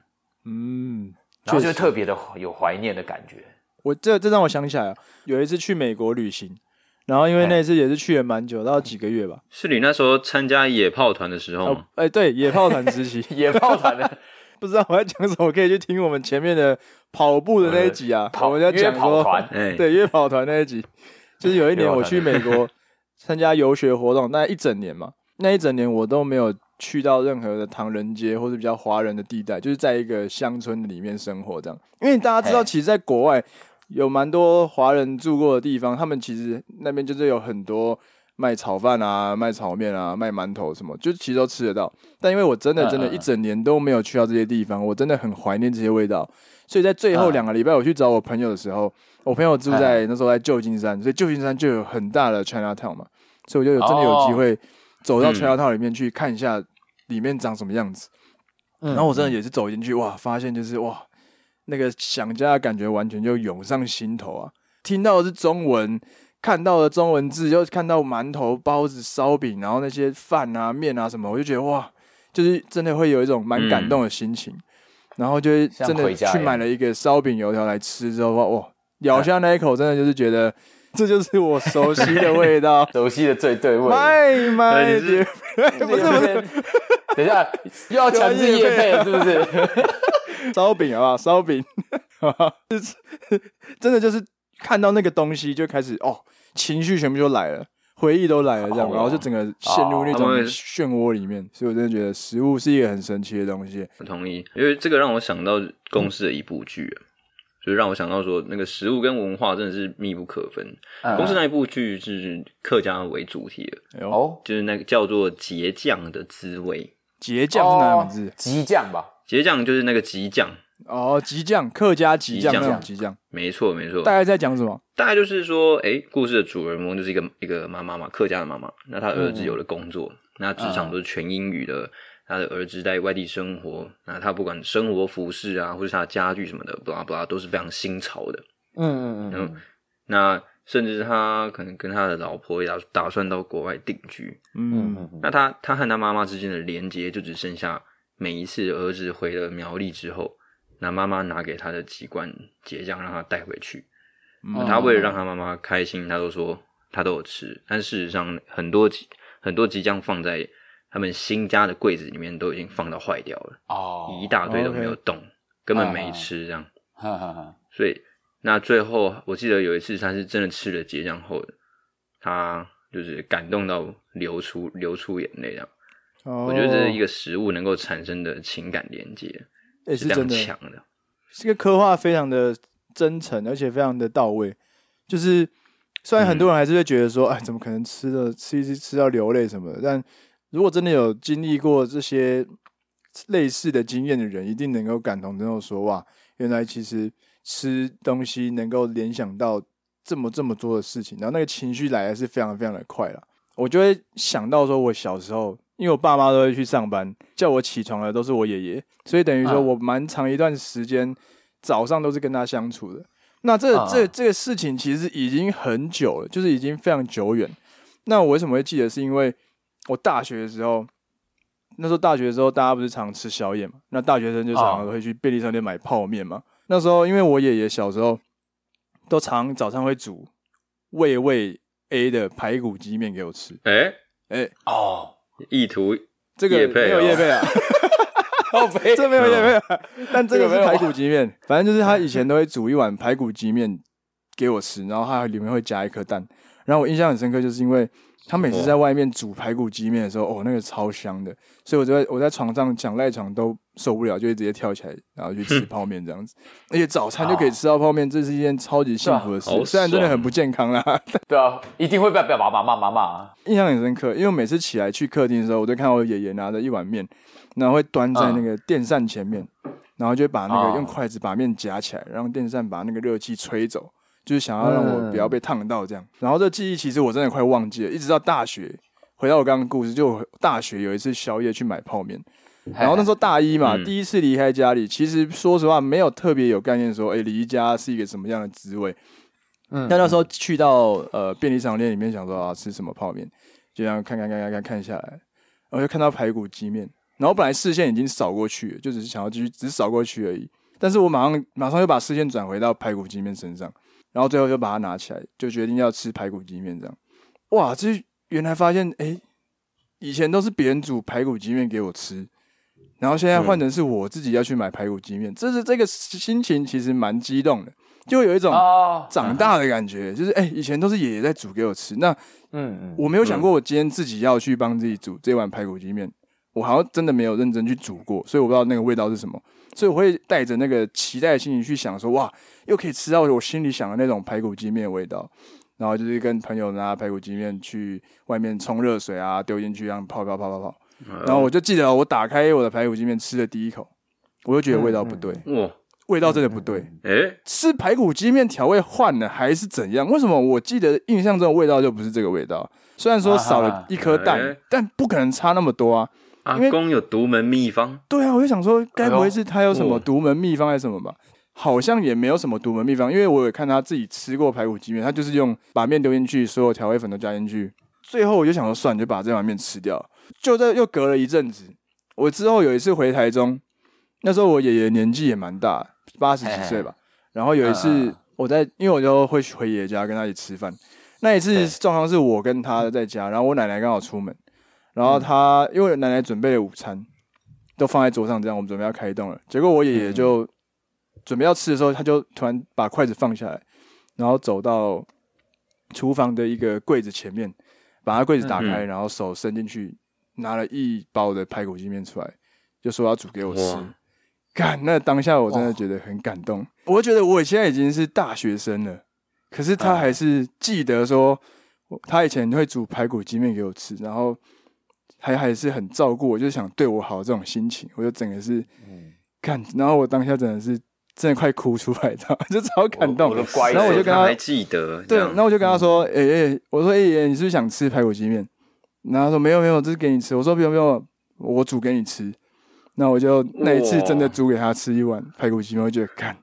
[SPEAKER 1] 嗯，
[SPEAKER 2] 然后就
[SPEAKER 1] 确
[SPEAKER 2] 会
[SPEAKER 1] 实
[SPEAKER 2] 特别的有怀念的感觉。
[SPEAKER 1] 我这这让我想起来，啊有一次去美国旅行，然后因为那次也是去了蛮久，到几个月吧。
[SPEAKER 3] 是你那时候参加野炮团的时候
[SPEAKER 1] 哦
[SPEAKER 3] 吗？，
[SPEAKER 1] 哎，对，野炮团时期，
[SPEAKER 2] 野炮 团的
[SPEAKER 1] 不知道我要讲什么，可以去听我们前面的跑步的那一集啊，
[SPEAKER 2] 呃跑
[SPEAKER 1] 我们要
[SPEAKER 2] 约
[SPEAKER 1] 讲
[SPEAKER 2] 跑
[SPEAKER 1] 说，
[SPEAKER 2] 团，
[SPEAKER 3] 哎，
[SPEAKER 1] 对，约跑团那一集，就是有一年我去美 国参加游学活动，那一整年嘛，那一整年我都没有去到任何的唐人街或者比较华人的地带，就是在一个乡村里面生活这样。因为大家知道，
[SPEAKER 2] 嘿
[SPEAKER 1] 其实在国外有蛮多华人住过的地方，他们其实那边就是有很多。卖炒饭啊，卖炒面啊，卖馒头什么，就其实都吃得到。但因为我真的
[SPEAKER 2] 嗯
[SPEAKER 1] 真的
[SPEAKER 2] 嗯
[SPEAKER 1] 一
[SPEAKER 2] 嗯
[SPEAKER 1] 整年都没有去到这些地方，我真的很怀念这些味道。所以在最后
[SPEAKER 2] 嗯
[SPEAKER 1] 两个礼拜，我去找我朋友的时候，我朋友住在那时候在旧金山，所以旧金山就有很大的 China Town 嘛，所以我就有真的有
[SPEAKER 2] 哦
[SPEAKER 1] 机会走到
[SPEAKER 3] 嗯
[SPEAKER 1] China Town 里面去看一下里面长什么样子。
[SPEAKER 2] 嗯
[SPEAKER 1] 然后我真的也是走进去，哇，发现就是哇，那个想家的感觉完全就涌上心头啊！听到的是中文，看到的中文字，又看到馒头、包子、烧饼，然后那些饭啊、面啊什么，我就觉得哇，就是真的会有一种蛮感动的心情。然后就会
[SPEAKER 2] 嗯像
[SPEAKER 1] 真的
[SPEAKER 2] 回家一样嗯。
[SPEAKER 1] 去买了一个烧饼油条来吃之后，哇，哇咬下那一口，真的就是觉得这就是我熟悉的味道
[SPEAKER 2] 熟悉的最 对味。
[SPEAKER 1] My
[SPEAKER 3] 对
[SPEAKER 1] my
[SPEAKER 3] 你是
[SPEAKER 1] dear，不是不是
[SPEAKER 2] 是，等一下又要强制夜 配是不是？
[SPEAKER 1] 烧饼好不好？烧饼， 就是 真的就是看到那个东西就开始哦，情绪全部就来了，回忆都来了，这样，
[SPEAKER 2] 哦
[SPEAKER 1] 然后就整个陷入那种
[SPEAKER 3] 哦
[SPEAKER 1] 漩涡里面。所以我真的觉得食物是一个很神奇的东西。
[SPEAKER 3] 我同意，因为这个让我想到公司的一部剧啊，就是让我想到说那个食物跟文化真的是密不可分。
[SPEAKER 2] 嗯
[SPEAKER 1] 嗯
[SPEAKER 3] 公司那一部剧是客家为主题的，
[SPEAKER 1] 哎呦，
[SPEAKER 2] 哦，
[SPEAKER 3] 就是那个叫做《节酱的滋味》，
[SPEAKER 1] 节酱是哪两个字
[SPEAKER 2] 哦？激将吧？
[SPEAKER 3] 节酱就是那个吉酱，
[SPEAKER 1] 哦，吉酱，客家吉酱
[SPEAKER 3] 吉
[SPEAKER 1] 那
[SPEAKER 3] 酱
[SPEAKER 1] 种吉酱，
[SPEAKER 3] 没错没错。
[SPEAKER 1] 大概在讲什么？
[SPEAKER 3] 大概就是说，哎、故事的主人翁就是一个一个妈妈嘛，客家的妈妈。那她
[SPEAKER 1] 嗯
[SPEAKER 3] 儿子有了工作，那职场都是全英语的。她的儿子在外地生活，那她不管生活服饰啊，或是她的家具什么的，不啦不啦，都是非常新潮的。
[SPEAKER 2] 嗯嗯嗯
[SPEAKER 3] 嗯，那甚至她可能跟她的老婆也打打算到国外定居。
[SPEAKER 1] 嗯
[SPEAKER 2] 嗯，嗯
[SPEAKER 3] 那她她和她妈妈之间的连接就只剩下每一次儿子回了苗栗之后，那妈妈拿给她的几罐结酱让她带回去。
[SPEAKER 1] 嗯
[SPEAKER 3] 他为了让他妈妈开心，他都说他都有吃，但事实上很多即很多即将放在他们新家的柜子里面都已经放到坏掉了，
[SPEAKER 2] 哦，
[SPEAKER 3] 一大堆都没有动，根本没吃这样。
[SPEAKER 2] 哈哈哈
[SPEAKER 3] 所以那最后我记得有一次他是真的吃了结账后的，他就是感动到流出流出眼泪这样。
[SPEAKER 1] 我
[SPEAKER 3] 我觉得这是一个食物能够产生的情感连接，
[SPEAKER 1] 哦也
[SPEAKER 3] 是
[SPEAKER 1] 是
[SPEAKER 3] 非
[SPEAKER 1] 真
[SPEAKER 3] 常
[SPEAKER 1] 的，
[SPEAKER 3] 强的。
[SPEAKER 1] 这个刻画非常的真诚，而且非常的到位。就是虽然很多人还是会觉得说，哎、怎么可能吃的吃一吃吃到流泪什么的？但如果真的有经历过这些类似的经验的人，一定能够感同身受，说哇，原来其实吃东西能够联想到这么这么多的事情，然后那个情绪来的是非常非常的快了。我就会想到说，我小时候，因为我爸妈都会去上班，叫我起床的都是我爷爷，所以等于说
[SPEAKER 2] 嗯
[SPEAKER 1] 我蛮长一段时间早上都是跟他相处的。那这
[SPEAKER 2] 嗯
[SPEAKER 1] 这这个事情其实已经很久了，就是已经非常久远。那我为什么会记得？是因为我大学的时候，那时候大学的时候，大家不是常吃宵夜嘛？那大学生就常常
[SPEAKER 3] 哦
[SPEAKER 1] 会去便利商店买泡面嘛。那时候因为我爷爷小时候都常早上会煮味味 A 的排骨鸡面给我吃。
[SPEAKER 3] 哎，
[SPEAKER 1] 哎、
[SPEAKER 2] 哦，
[SPEAKER 3] 意图
[SPEAKER 1] 这个
[SPEAKER 3] 业配
[SPEAKER 1] 没有
[SPEAKER 3] 哦
[SPEAKER 1] 叶配啊，
[SPEAKER 2] 靠背
[SPEAKER 1] 这没有叶配啊，但这个是
[SPEAKER 2] 这个没有啊
[SPEAKER 1] 排骨鸡面，反正就是他以前都会煮一碗排骨鸡面给我吃，然后他里面会加一颗蛋。然后我印象很深刻，就是因为他每次在外面煮排骨鸡面的时候，哦，那个超香的，所以我就在我在床上想赖床都受不了，就会直接跳起来，然后去吃泡面这样子。而且早餐就可以吃到泡面，这是一件超级幸福的事
[SPEAKER 3] 对啊，好
[SPEAKER 1] 虽然真的
[SPEAKER 3] 爽
[SPEAKER 1] 很不健康啦，
[SPEAKER 2] 对啊，一定会被被爸爸妈妈骂啊。
[SPEAKER 1] 印象很深刻，因为我每次起来去客厅的时候，我就看到我爷爷拿着一碗面，然后会端在那个电扇前面，然后就把那
[SPEAKER 2] 啊
[SPEAKER 1] 个用筷子把面夹起来，让电扇把那个热气吹走，就是想要让我不要被烫到这样。然后这记忆其实我真的快忘记了，一直到大学，回到我刚刚的故事，就我大学有一次宵夜去买泡面，然后那时候大一嘛，
[SPEAKER 3] 嗯
[SPEAKER 1] 第一次离开家里，其实说实话没有特别有概念说，哎、离家是一个什么样的滋味。
[SPEAKER 2] 嗯
[SPEAKER 1] 但那时候去到呃便利商店里面，想说啊吃什么泡面，就这样看看看看看看下来，然后就看到排骨鸡面，然后本来视线已经扫过去了，就只是想要继续，只是扫过去而已。但是我马上马上就把视线转回到排骨鸡面身上，然后最后就把它拿起来，就决定要吃排骨鸡面这样。哇，这原来发现哎、诶以前都是别人煮排骨鸡面给我吃，然后现在换成是我自己要去买排骨鸡面，这是这个心情其实蛮激动的，就会有一种
[SPEAKER 2] 哦，
[SPEAKER 1] 长大的感觉，就是哎、诶以前都是爷爷在煮给我吃，那
[SPEAKER 2] 嗯嗯，
[SPEAKER 1] 我没有想过我今天自己要去帮自己煮这碗排骨鸡面，我好像真的没有认真去煮过，所以我不知道那个味道是什么，所以我会带着那个期待的心情去想说，哇，又可以吃到我心里想的那种排骨鸡面的味道。然后就是跟朋友拿排骨鸡面去外面冲热水啊，丢进去让泡泡泡泡泡。然后我就记得我打开我的排骨鸡面吃的第一口，我就觉得味道不对，
[SPEAKER 3] 哇，
[SPEAKER 1] 味道真的不对。
[SPEAKER 3] 哎，
[SPEAKER 1] 是排骨鸡面调味换了还是怎样？为什么我记得印象中的味道就不是这个味道？虽然说少了一颗蛋，
[SPEAKER 3] 啊哈哎
[SPEAKER 1] 但不可能差那么多啊。
[SPEAKER 3] 阿
[SPEAKER 1] 因为
[SPEAKER 3] 公有独门秘方，
[SPEAKER 1] 对啊，我就想说，该不
[SPEAKER 2] 哎
[SPEAKER 1] 会
[SPEAKER 2] 呦
[SPEAKER 1] 是他有什么
[SPEAKER 3] 哦
[SPEAKER 1] 独门秘方还是什么吧？好像也没有什么独门秘方，因为我有看他自己吃过排骨鸡面，他就是用把面丢进去，所有调味粉都加进去。最后我就想说，算了，就把这碗面吃掉。就在又隔了一阵子，我之后有一次回台中，那时候我爷爷年纪也蛮大，八十几岁吧。然后有一次
[SPEAKER 2] 嗯
[SPEAKER 1] 我在，因为我就会回爷爷家跟他一起吃饭。那一次
[SPEAKER 2] 对嗯
[SPEAKER 1] 状况是我跟他在家，然后我奶奶刚好出门，然后他因为奶奶准备了午餐，都放在桌上，这样我们准备要开动了。结果我爷
[SPEAKER 2] 嗯
[SPEAKER 1] 爷就准备要吃的时候，他就突然把筷子放下来，然后走到厨房的一个柜子前面，把他柜子打开，然后手伸进去拿了一包的排骨鸡面出来，就说要煮给我吃
[SPEAKER 3] 哇。
[SPEAKER 1] 干，那当下我真的觉得很感动。我觉得我现在已经是大学生了，可是他还是记得说，我他以前会煮排骨鸡面给我吃，然后还还是很照顾我，就是想对我好这种心情，我就整个是
[SPEAKER 2] 嗯
[SPEAKER 1] 干，然后我当下真的是真的快哭出来，知道吗 就超感动
[SPEAKER 2] 我。的乖孙，
[SPEAKER 1] 然后我就跟他
[SPEAKER 3] 还记得，
[SPEAKER 1] 对，
[SPEAKER 3] 这样嗯
[SPEAKER 1] 然后我就跟他说：“哎、欸、我说哎爷、你是不是想吃排骨鸡面？”然后他说：“没有没有，这是给你吃。”我说：“不用不用，我煮给你吃。”那我就那一次真的煮给他吃一碗排骨鸡面，我觉得看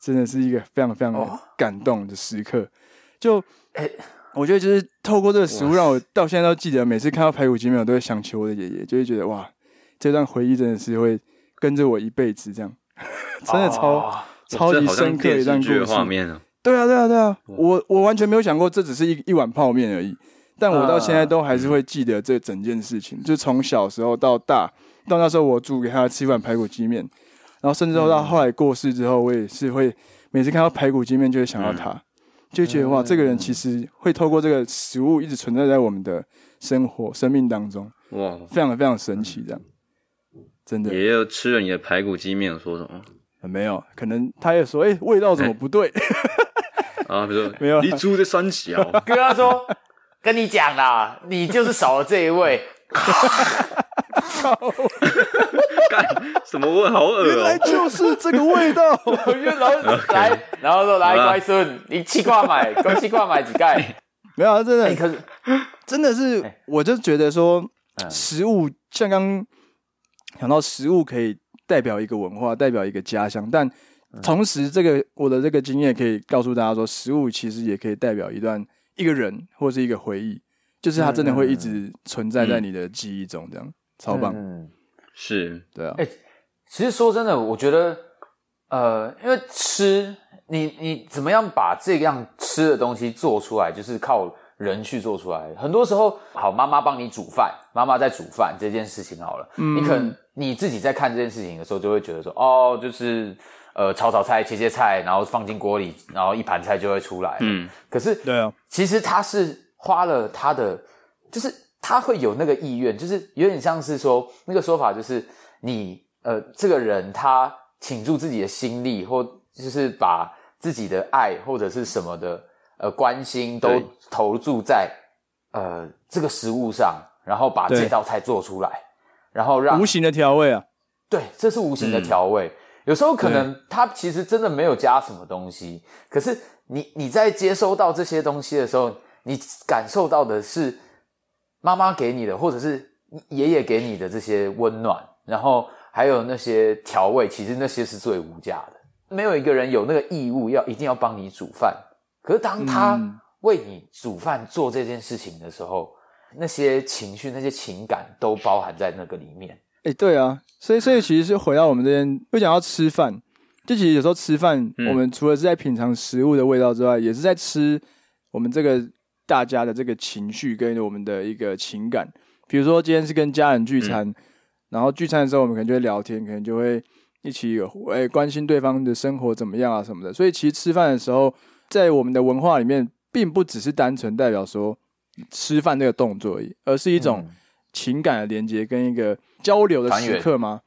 [SPEAKER 1] 真的是一个非常非常
[SPEAKER 2] 哦
[SPEAKER 1] 感动的时刻。就
[SPEAKER 3] 哎
[SPEAKER 1] 我觉得就是透过这个食物，让我到现在都记得，每次看到排骨鸡面，我都会想起我的爷爷，就会觉得哇，这段回忆真的是会跟着我一辈子，这样 真的超、
[SPEAKER 2] 哦
[SPEAKER 1] 超级
[SPEAKER 3] 这好像
[SPEAKER 1] 深刻的一段故
[SPEAKER 3] 电视剧
[SPEAKER 1] 事
[SPEAKER 3] 的。画面啊，
[SPEAKER 1] 对啊，对啊，对啊，我我完全没有想过这只是一一碗泡面而已，但我到现在都还是会记得这整件事情，就从小时候到大，到那时候我煮给他吃一碗排骨鸡面，然后甚至到后来过世之后，我也是会每次看到排骨鸡面就会想到他，就觉得哇，这个人其实会透过这个食物一直存在在我们的生活生命当中，
[SPEAKER 3] 哇，
[SPEAKER 1] 非常非常神奇，这样真的
[SPEAKER 3] 爷爷吃了你的排骨鸡面，有说什么
[SPEAKER 1] 没有，可能他也说，哎、味道怎么不对？
[SPEAKER 3] 啊？比如说
[SPEAKER 1] 没有啦
[SPEAKER 3] 你住在三峡，
[SPEAKER 2] 跟他说， 跟你 讲啦，你就是少了这一位。
[SPEAKER 3] 干 什么味？好恶
[SPEAKER 1] 原 来
[SPEAKER 3] 哦、
[SPEAKER 1] 哎就是这个味道。
[SPEAKER 2] 我就然后来，然后说来乖孙，你七块买，跟七块买几盖？
[SPEAKER 1] 没有啊，真的，
[SPEAKER 2] 哎，可是
[SPEAKER 1] 真的是
[SPEAKER 2] 哎，
[SPEAKER 1] 我就觉得说，
[SPEAKER 2] 嗯
[SPEAKER 1] 食物像刚讲到食物可以代表一个文化，代表一个家乡，但
[SPEAKER 2] 嗯
[SPEAKER 1] 同时这个我的这个经验可以告诉大家说，食物其实也可以代表一段一个人或是一个回忆，就是它真的会一直存在在你的记忆中，这样超棒，
[SPEAKER 2] 嗯，
[SPEAKER 3] 是，
[SPEAKER 1] 对啊
[SPEAKER 2] 哎，其实说真的，我觉得，呃，因为吃，你你怎么样把这样吃的东西做出来，就是靠人去做出来。很多时候，好，妈妈帮你煮饭，妈妈在煮饭这件事情好了，
[SPEAKER 1] 嗯
[SPEAKER 2] 你可能你自己在看这件事情的时候，就会觉得说，哦，就是呃炒炒菜、切切菜，然后放进锅里，然后一盘菜就会出来。
[SPEAKER 3] 嗯，
[SPEAKER 2] 可是
[SPEAKER 1] 对啊，
[SPEAKER 2] 其实他是花了他的，就是他会有那个意愿，就是有点像是说那个说法，就是你呃这个人他倾注自己的心力，或就是把自己的爱或者是什么的呃关心都
[SPEAKER 3] 对
[SPEAKER 2] 投注在呃这个食物上，然后把
[SPEAKER 1] 对
[SPEAKER 2] 这道菜做出来，然后让
[SPEAKER 1] 无形的调味啊，
[SPEAKER 2] 对，这是无形的调味。有时候可能它其实真的没有加什么东西，可是你你在接收到这些东西的时候，你感受到的是妈妈给你的，或者是爷爷给你的这些温暖，然后还有那些调味，其实那些是最无价的。没有一个人有那个义务要一定要帮你煮饭，可是当他
[SPEAKER 1] 嗯
[SPEAKER 2] 为你煮饭做这件事情的时候，那些情绪、那些情感都包含在那个里面。
[SPEAKER 1] 哎、对啊，所以所以其实是回到我们这边，会讲到吃饭，就其实有时候吃饭，
[SPEAKER 3] 嗯
[SPEAKER 1] 我们除了是在品尝食物的味道之外，也是在吃我们这个大家的这个情绪跟我们的一个情感。比如说今天是跟家人聚餐，然后聚餐的时候我们可能就会聊天，可能就会一起有哎、关心对方的生活怎么样啊什么的。所以其实吃饭的时候，在我们的文化里面，并不只是单纯代表说吃饭这个动作而已，而是一种、
[SPEAKER 2] 嗯
[SPEAKER 1] 情感的连接跟一个交流的
[SPEAKER 2] 团
[SPEAKER 1] 时
[SPEAKER 2] 圆
[SPEAKER 1] 刻吗？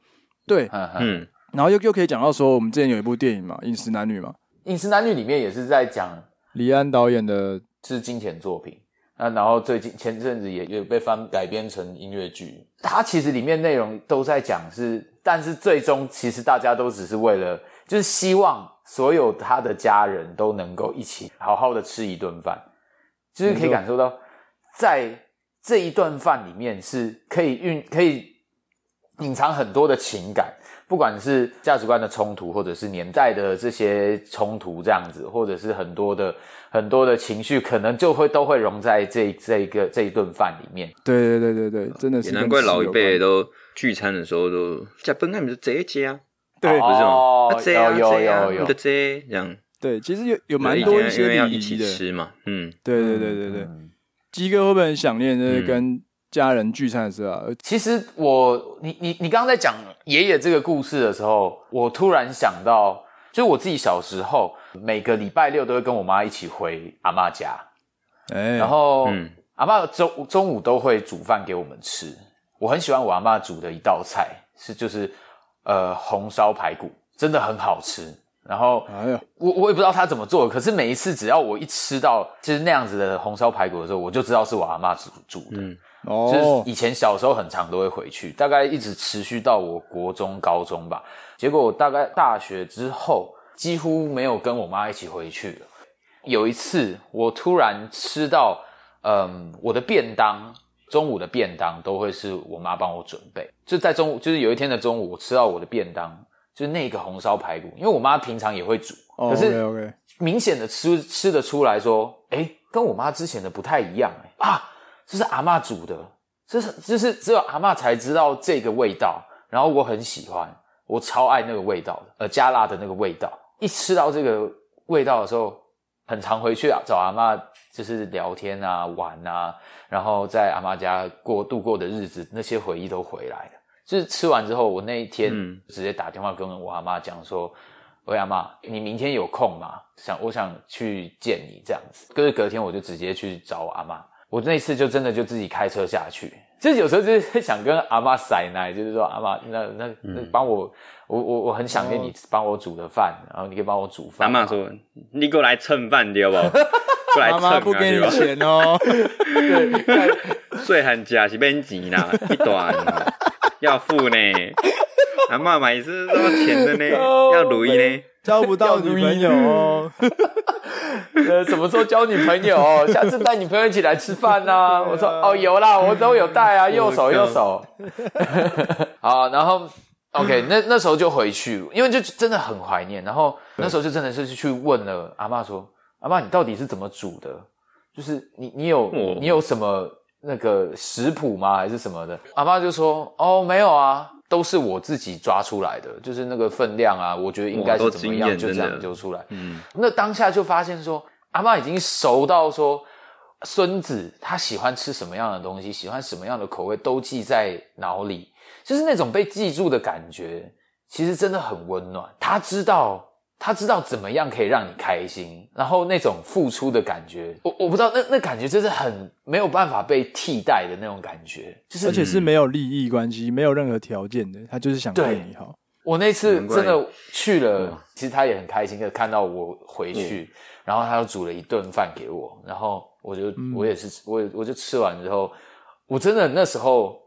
[SPEAKER 1] 对，
[SPEAKER 2] 嗯嗯
[SPEAKER 3] 嗯，
[SPEAKER 1] 然后又又可以讲到说，我们之前有一部电影嘛，《饮食男女》嘛，
[SPEAKER 2] 《饮食男女》里面也是在讲
[SPEAKER 1] 李安导演的，
[SPEAKER 2] 是金钱作品，那然后最近前阵子也也被翻改编成音乐剧，它其实里面内容都在讲是，但是最终其实大家都只是为了就是希望所有他的家人都能够一起好好的吃一顿饭，就是可
[SPEAKER 1] 没
[SPEAKER 2] 以
[SPEAKER 1] 错
[SPEAKER 2] 感受到在这一顿饭里面是可以蕴可以隐藏很多的情感，不管是价值观的冲突，或者是年代的这些冲突，这样子，或者是很多的很多的情绪，可能就会都会融在这这一个这一顿饭里面。
[SPEAKER 1] 对对对对对，真的是
[SPEAKER 3] 也
[SPEAKER 1] 跟
[SPEAKER 3] 难怪老一辈
[SPEAKER 1] 吃有关
[SPEAKER 3] 都聚餐的时候都加本干，你就这家，
[SPEAKER 1] 对
[SPEAKER 3] 不是
[SPEAKER 2] 哦
[SPEAKER 3] 吗？啊这啊
[SPEAKER 2] 有有
[SPEAKER 3] 这啊
[SPEAKER 2] 有有
[SPEAKER 3] 你就这这样，
[SPEAKER 1] 对，其实有有
[SPEAKER 3] 有
[SPEAKER 1] 蛮多一
[SPEAKER 3] 因
[SPEAKER 1] 些
[SPEAKER 3] 为要
[SPEAKER 1] 礼
[SPEAKER 3] 一
[SPEAKER 1] 仪
[SPEAKER 3] 起
[SPEAKER 1] 的，
[SPEAKER 3] 吃嘛，嗯，
[SPEAKER 1] 对对对对对
[SPEAKER 2] 嗯，。
[SPEAKER 1] 鸡哥会不会很想念就是
[SPEAKER 3] 嗯
[SPEAKER 1] 跟家人聚餐的时候啊？呃
[SPEAKER 2] 其实我，你你你刚刚在讲爷爷这个故事的时候，我突然想到，就我自己小时候，每个礼拜六都会跟我妈一起回阿嬷家，
[SPEAKER 1] 哎，
[SPEAKER 2] 然后、
[SPEAKER 3] 嗯
[SPEAKER 2] 阿嬷中中午都会煮饭给我们吃。我很喜欢我阿嬷煮的一道菜，是就是呃红烧排骨，真的很好吃。然后
[SPEAKER 1] 哎呦，
[SPEAKER 2] 我我也不知道他怎么做，可是每一次只要我一吃到就是那样子的红烧排骨的时候，我就知道是我阿嬷煮煮的。
[SPEAKER 3] 嗯
[SPEAKER 1] 哦
[SPEAKER 2] 就是，以前小时候很常都会回去，大概一直持续到我国中、高中吧。结果我大概大学之后，几乎没有跟我妈一起回去了。有一次，我突然吃到，嗯，我的便当，中午的便当都会是我妈帮我准备。就在中午，就是有一天的中午，我吃到我的便当，就是那个红烧排骨，因为我妈平常也会煮，
[SPEAKER 1] 哦
[SPEAKER 2] 可是
[SPEAKER 1] OK OK，
[SPEAKER 2] 明显的吃吃得出来说，哎，跟我妈之前的不太一样、诶啊，这是阿嬷煮的，这是就是只有阿嬷才知道这个味道，然后我很喜欢，我超爱那个味道的，呃，加辣的那个味道。一吃到这个味道的时候，很常回去啊，找阿嬷就是聊天啊、玩啊，然后在阿嬷家过度过的日子，那些回忆都回来了。就是吃完之后，我那一天
[SPEAKER 3] 嗯
[SPEAKER 2] 直接打电话跟我阿嬷讲说：“喂，阿嬷，你明天有空吗？想我想去见你这样子。”就是隔天我就直接去找我阿嬷。我那一次就真的就自己开车下去，就是有时候就是 想跟阿嬷塞奶，就是说阿嬷，那那那
[SPEAKER 3] 嗯
[SPEAKER 2] 帮我，我我我很想念你帮我煮的饭，然后你可以帮我煮
[SPEAKER 3] 哦阿
[SPEAKER 2] 饭吗。啊
[SPEAKER 3] 妈说你过来蹭 饭对不？过来
[SPEAKER 1] 妈
[SPEAKER 3] 蹭
[SPEAKER 1] 妈
[SPEAKER 3] 啊
[SPEAKER 1] 不给
[SPEAKER 3] 对
[SPEAKER 1] 你
[SPEAKER 3] 吧？
[SPEAKER 1] 钱 哦，
[SPEAKER 3] 细汉食是免钱啦，一段要付呢，阿妈买是要钱的 呢，
[SPEAKER 1] 哦
[SPEAKER 3] 要如意呢。
[SPEAKER 1] 交不到女朋友哦。
[SPEAKER 2] 呃，什么时候交女朋 友？下次带女朋友一起来吃饭呐、
[SPEAKER 3] 啊
[SPEAKER 2] 我说哦，有啦，我都有 带啊，右手右手。 好，然后 OK，那那时候就回去，因为就真的很怀念。然后那时候就真的是去问了阿嬷说：“阿嬷，你到底是怎么煮的？就是你你有、
[SPEAKER 3] 哦
[SPEAKER 2] 你有什么那个食谱吗？还是什么的？”阿嬷就说：“哦，没有啊。”都是我自己抓出来的，就是那个分量啊，我觉得应该是
[SPEAKER 3] 哇
[SPEAKER 2] 怎么
[SPEAKER 3] 都经
[SPEAKER 2] 样，
[SPEAKER 3] 验
[SPEAKER 2] 就这
[SPEAKER 3] 真
[SPEAKER 2] 样
[SPEAKER 3] 的
[SPEAKER 2] 就出来。
[SPEAKER 3] 嗯，
[SPEAKER 2] 那当下就发现说，阿妈已经熟到说，孙子他喜欢吃什么样的东西，喜欢什么样的口味，都记在脑里，就是那种被记住的感觉，其实真的很温暖。他知道。他知道怎么样可以让你开心，然后那种付出的感觉，我我不知道，那那感觉真是很没有办法被替代的那种感觉。就 是
[SPEAKER 1] 而且是没有利益关系，没有任何条件的，他就是想对
[SPEAKER 2] 对
[SPEAKER 1] 你好。
[SPEAKER 2] 我那次
[SPEAKER 3] 难怪
[SPEAKER 2] 真的去
[SPEAKER 1] 嗯
[SPEAKER 2] 了，其实他也很开心的看到我回去，然后他又煮了一顿饭给我，然后我就、
[SPEAKER 1] 嗯
[SPEAKER 2] 我也是我也我就吃完之后，我真的那时候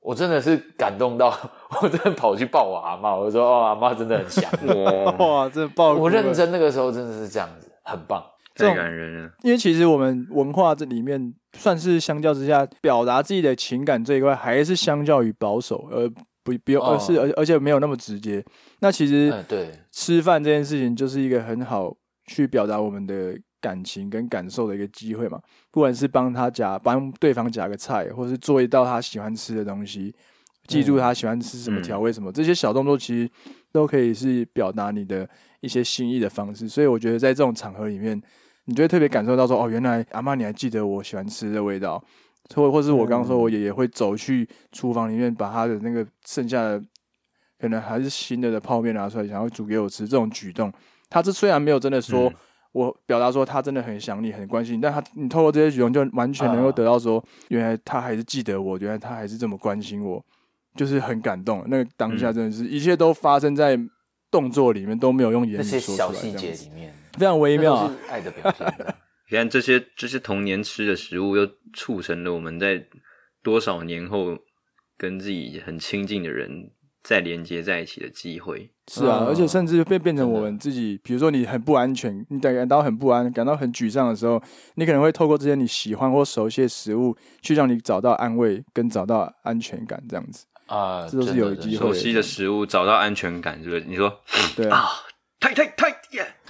[SPEAKER 2] 我真的是感动到， 我真的跑去抱我阿妈，我就说哦阿妈真的很想 我，
[SPEAKER 3] 哇，
[SPEAKER 1] 哇，这爆！
[SPEAKER 2] 我认，真那个时候真的是这样子，很棒，
[SPEAKER 3] 太感人了。
[SPEAKER 1] 因为其实我们文化这里面算是相较之下，表达自己的情感这一块还是相较于保守，而不不用，
[SPEAKER 2] 哦
[SPEAKER 1] 而是而而且没有那么直接。那其实
[SPEAKER 2] 嗯对，
[SPEAKER 1] 吃饭这件事情就是一个很好去表达我们的感情跟感受的一个机会嘛，不管是帮他夹帮对方夹个菜，或是做一道他喜欢吃的东西，记住他喜欢吃什么
[SPEAKER 3] 嗯
[SPEAKER 1] 调味什么，这些小动作其实都可以是表达你的一些心意的方式。所以我觉得在这种场合里面，你就会特别感受到说，哦，原来阿妈你还记得我喜欢吃的味道。或或是我刚刚说，我爷爷会走去厨房里面，把他的那个剩下的可能还是新的的泡面拿出来，想要煮给我吃，这种举动，他这虽然没有真的说、
[SPEAKER 3] 嗯
[SPEAKER 1] 我表达说他真的很想你，很关心你，但他你透过这些举动就完全能够
[SPEAKER 2] 啊
[SPEAKER 1] 得到说，原来他还是记得我，原来他还是这么关心我，就是很感动。那个当
[SPEAKER 2] 嗯
[SPEAKER 1] 下真的是、一切都发生在动作里面，都没有用言
[SPEAKER 2] 那
[SPEAKER 1] 语
[SPEAKER 2] 些
[SPEAKER 1] 说出来，
[SPEAKER 2] 小细
[SPEAKER 1] 这
[SPEAKER 2] 节
[SPEAKER 1] 样子
[SPEAKER 2] 里面，
[SPEAKER 1] 非常微
[SPEAKER 2] 那
[SPEAKER 1] 妙
[SPEAKER 2] 都
[SPEAKER 1] 啊
[SPEAKER 2] 是。爱的表 现。
[SPEAKER 3] 你看这些这些童年吃的食物，又促成了我们在多少年后跟自己很亲近的人再连接在一起的机会。
[SPEAKER 1] 是啊，
[SPEAKER 2] 嗯
[SPEAKER 1] 而且甚至变变成我们自己，比如说你很不安全，你感到很不安，感到很沮丧的时候，你可能会透过这些你喜欢或熟悉的食物，去让你找到安慰跟找到安全感，这样子。
[SPEAKER 2] 啊，
[SPEAKER 1] 这都是
[SPEAKER 2] 真的
[SPEAKER 1] 有
[SPEAKER 2] 真的
[SPEAKER 1] 机会
[SPEAKER 3] 熟悉的食物，找到安全感，是不是？你说
[SPEAKER 1] 对啊，
[SPEAKER 3] 太太太耶！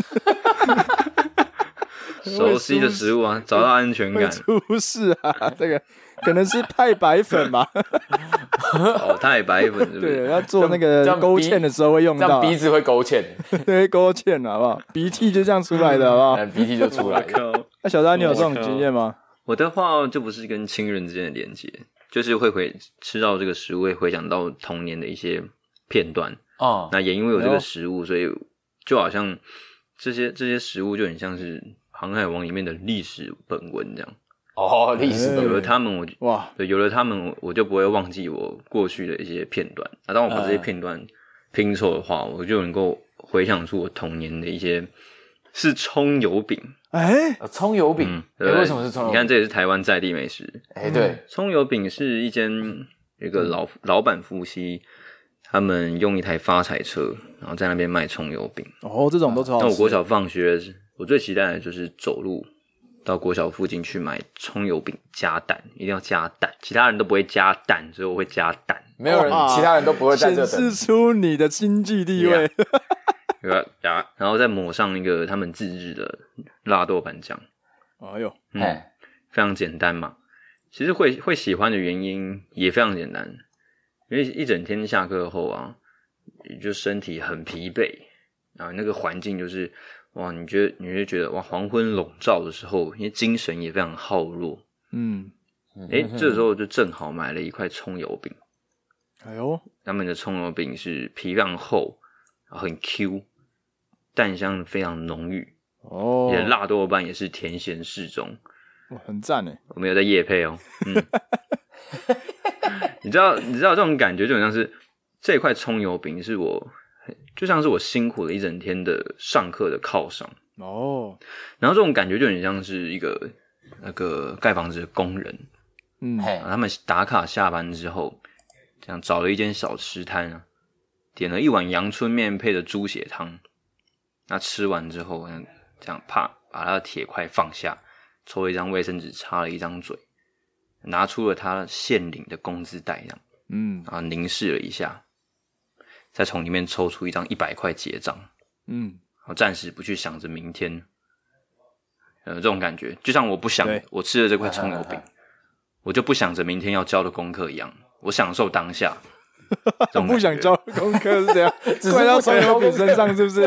[SPEAKER 3] 熟悉的食物啊，找到安全
[SPEAKER 1] 会
[SPEAKER 3] 感。
[SPEAKER 1] 出事啊！这个可能是太白粉 吧？
[SPEAKER 3] 哦，太白粉是不
[SPEAKER 1] 对，啊
[SPEAKER 3] 是？
[SPEAKER 1] 要做那
[SPEAKER 2] 这
[SPEAKER 1] 个
[SPEAKER 2] 样
[SPEAKER 1] 呃勾
[SPEAKER 2] 鼻
[SPEAKER 1] 芡的时候会用
[SPEAKER 2] 这样
[SPEAKER 1] 到啊，
[SPEAKER 2] 鼻子会 勾芡，
[SPEAKER 1] 对勾芡好不好？鼻涕就这样出来的好不好？
[SPEAKER 2] 嗯鼻涕就出来了。
[SPEAKER 3] 靠！
[SPEAKER 1] 那小张，你有这种
[SPEAKER 3] 我靠
[SPEAKER 1] 经验吗？
[SPEAKER 3] 我的话就不是跟亲人之间的连接，就是会回吃到这个食物，会回想到童年的一些片段。
[SPEAKER 2] 嗯，
[SPEAKER 3] 那也因为有这
[SPEAKER 1] 哎
[SPEAKER 3] 个
[SPEAKER 1] 呦
[SPEAKER 3] 食物，所以就好像这些这些食物就很像是《航海王》里面的历史本文这样。
[SPEAKER 2] 哦，历史
[SPEAKER 1] 对
[SPEAKER 3] 有
[SPEAKER 2] 的
[SPEAKER 3] 了他们，我就
[SPEAKER 1] 哇，
[SPEAKER 3] 对有了他们，我我就不会忘记我过去的一些片段。啊，当我把这些
[SPEAKER 2] 嗯
[SPEAKER 3] 片段拼凑的话，我就能够回想出我童年的一些是葱油饼。
[SPEAKER 1] 哎，
[SPEAKER 2] 呃葱油饼
[SPEAKER 3] 嗯，，
[SPEAKER 2] 哎、
[SPEAKER 3] 对不对
[SPEAKER 2] 为什么是葱油饼？
[SPEAKER 3] 你看，这嗯也是台湾在地美食。
[SPEAKER 2] 哎、对，
[SPEAKER 3] 葱油饼是一间有
[SPEAKER 2] 嗯
[SPEAKER 3] 一个老老板夫妻，他们用一台发财车，然后在那边卖葱油饼。
[SPEAKER 1] 哦，这种都超
[SPEAKER 3] 那
[SPEAKER 1] 好
[SPEAKER 3] 我
[SPEAKER 1] 吃
[SPEAKER 3] 国。小放学，我最期待的就是走路到国小附近去买葱油饼加蛋，一定要加蛋，其他人都不会加蛋，所以我会加蛋。
[SPEAKER 2] 没有人，
[SPEAKER 1] 哇
[SPEAKER 2] 其他人都不会在这
[SPEAKER 1] 显
[SPEAKER 2] 等
[SPEAKER 1] 示。出你的经济地位
[SPEAKER 3] Yeah 对吧加，然后再抹上那个他们自制的辣豆瓣酱，
[SPEAKER 1] 哎呦，
[SPEAKER 3] 嗯
[SPEAKER 2] 哎、
[SPEAKER 3] 非常简单嘛。其实会会喜欢的原因也非常简单，因为一整天下课后啊，你就身体很疲惫啊，那个环境就是哇，你觉得你就觉得哇，黄昏笼罩的时候，因为精神也非常耗弱，
[SPEAKER 1] 嗯，
[SPEAKER 3] 诶，哎这时候就正好买了一块葱油饼，
[SPEAKER 1] 哎呦，
[SPEAKER 3] 他们的葱油饼是皮非常厚，很 Q，蛋香非常浓郁，
[SPEAKER 1] 哦，
[SPEAKER 3] 也辣豆瓣也是甜咸适中。
[SPEAKER 1] 哇，很赞哎，
[SPEAKER 3] 我没有在夜配哦。 嗯，你知道，你知道这种感觉就很像是这块葱油饼是我，就像是我辛苦了一整天的上课的犒赏，
[SPEAKER 1] 哦，
[SPEAKER 3] 然后这种感觉就很像是一个那个盖房子的工人，
[SPEAKER 1] 嗯，
[SPEAKER 2] 嘿
[SPEAKER 3] 啊他们打卡下班之后，这样找了一间小吃摊啊，点了一碗阳春面配着猪血汤。那吃完之后，嗯这样啪把他的铁块放下，抽了一张卫生纸擦了一张嘴，拿出了他现领的工资袋，这样
[SPEAKER 1] 嗯
[SPEAKER 3] 然后凝视了一下，再从里面抽出一张一百块结账。
[SPEAKER 1] 嗯，
[SPEAKER 3] 我暂时不去想着明天，呃，这种感觉，就像我不想
[SPEAKER 1] 对
[SPEAKER 3] 我吃了这块葱油饼
[SPEAKER 2] 啊，
[SPEAKER 3] 我就不想着明天要交的功课一样，我享受 当下。这种
[SPEAKER 1] 哦不想
[SPEAKER 3] 感觉
[SPEAKER 1] 交，功课是这 样，
[SPEAKER 2] 只是
[SPEAKER 1] 怪到
[SPEAKER 2] 不想
[SPEAKER 1] 陈
[SPEAKER 2] 交
[SPEAKER 1] 友
[SPEAKER 2] 功课
[SPEAKER 1] 炳身上是不是？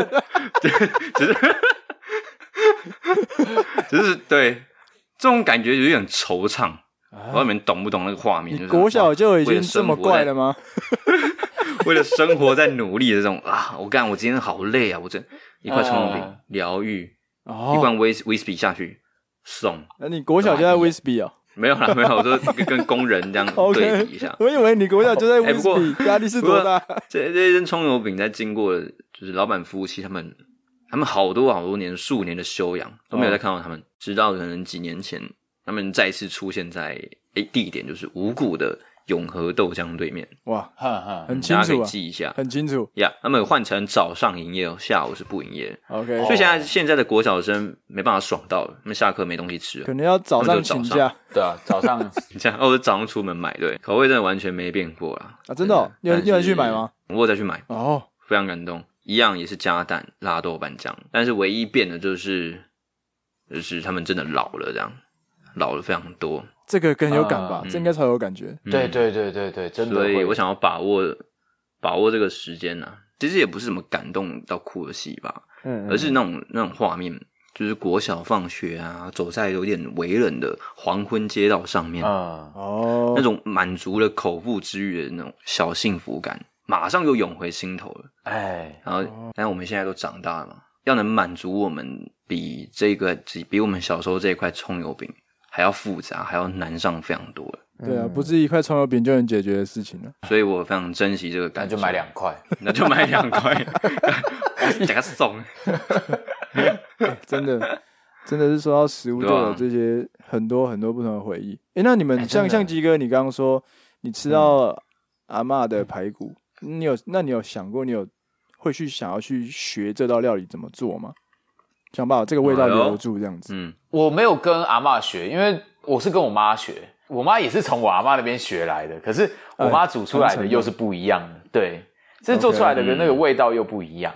[SPEAKER 3] 只是对这种感觉有点惆怅。我不知道你们懂不懂那个画面？
[SPEAKER 1] 啊你
[SPEAKER 3] 就是
[SPEAKER 1] 国小
[SPEAKER 3] 哇
[SPEAKER 1] 就已经这么怪了吗？
[SPEAKER 3] 为了生活在努力的这种啊，我干，我今天好累啊！我这一块葱油饼
[SPEAKER 2] 啊
[SPEAKER 3] 疗愈，一
[SPEAKER 1] 哦，
[SPEAKER 3] 罐威威士忌下去送，
[SPEAKER 1] 那你国小就在
[SPEAKER 3] 干嘛
[SPEAKER 1] Whisby 哦？
[SPEAKER 3] 没有啦，没有，我说跟跟工人这样对
[SPEAKER 1] OK
[SPEAKER 3] 比一下。
[SPEAKER 1] 我以为你国小就在
[SPEAKER 3] 哎不过
[SPEAKER 1] Whisby，压力是多 大？
[SPEAKER 3] 这这一根葱油饼在经过了就是老板夫妻他们，他们好多好多年数年的修养都
[SPEAKER 1] 哦
[SPEAKER 3] 没有再看到他们，直到可能几年前，他们再次出现在诶地点就是五谷的永和豆浆对面，
[SPEAKER 1] 哇，
[SPEAKER 2] 哈哈，
[SPEAKER 1] 很清
[SPEAKER 3] 大家可
[SPEAKER 1] 楚
[SPEAKER 3] 以
[SPEAKER 1] 啊，
[SPEAKER 3] 记一下。
[SPEAKER 1] 很清楚。
[SPEAKER 3] 呀他们有换成早上营业哦，下午是不营业的，
[SPEAKER 1] OK，
[SPEAKER 2] 哦
[SPEAKER 3] 所以现在现在的国小生没办法爽到了，他们下课没东西吃了
[SPEAKER 1] 可。能要早上
[SPEAKER 3] 他
[SPEAKER 1] 请
[SPEAKER 3] 们就早
[SPEAKER 1] 假
[SPEAKER 2] 对啊，早上
[SPEAKER 3] 你这样，哦，我早上出门买，对，口味真的完全没变过啦。
[SPEAKER 1] 啊，真的哦，你有
[SPEAKER 3] 但是
[SPEAKER 1] 你有去买吗？？
[SPEAKER 3] 我有再去买，
[SPEAKER 1] 哦，
[SPEAKER 3] 非常感动。一样也是加蛋、辣豆瓣酱，但是唯一变的就是，就是他们真的老了，这样老了非常多。
[SPEAKER 1] 这个更有感吧
[SPEAKER 2] 啊？
[SPEAKER 1] 这应该超有感觉。
[SPEAKER 3] 嗯
[SPEAKER 2] 对，对对对对，真的
[SPEAKER 3] 所
[SPEAKER 2] 会。
[SPEAKER 3] 以我想要把握把握这个时间呐、啊。其实也不是什么感动到哭的戏吧，
[SPEAKER 1] 嗯
[SPEAKER 3] 而是那种那种画面，就是国小放学啊，走在有点微冷的黄昏街道上面，
[SPEAKER 2] 嗯，
[SPEAKER 1] 哦，
[SPEAKER 3] 那种满足了口腹之欲的那种小幸福感，马上就涌回心头了。
[SPEAKER 2] 哎，
[SPEAKER 3] 然后，但我们现在都长大了嘛，要能满足我们比这个比我们小时候这一块葱油饼还要复杂，还要难上非常多了。
[SPEAKER 1] 对啊，不是一块葱油饼就能解决的事情了。
[SPEAKER 3] 所以我非常珍惜这个
[SPEAKER 2] 那
[SPEAKER 3] 感觉，
[SPEAKER 2] 就买，两块。
[SPEAKER 3] 那就买两块，给他送。
[SPEAKER 1] 真的，真的是说到食物就
[SPEAKER 3] 对啊
[SPEAKER 1] 有这些很多很多不同的回忆。诶，那你们
[SPEAKER 2] 哎真
[SPEAKER 1] 像
[SPEAKER 2] 的
[SPEAKER 1] 像鸡哥，你刚刚说你吃
[SPEAKER 3] 嗯
[SPEAKER 1] 到阿嬷的排骨，你有那你有想过你有会去想要去学这道料理怎么做吗？想把这个味道
[SPEAKER 3] 哎呦
[SPEAKER 1] 留住这样子。
[SPEAKER 3] 嗯，
[SPEAKER 2] 我没有跟阿嬷学，因为我是跟我妈学，我妈也是从我阿嬷那边学来的。可是我妈煮出来的又是不一样的，对，这做出来的跟那个味道又不
[SPEAKER 1] 嗯
[SPEAKER 2] 一样。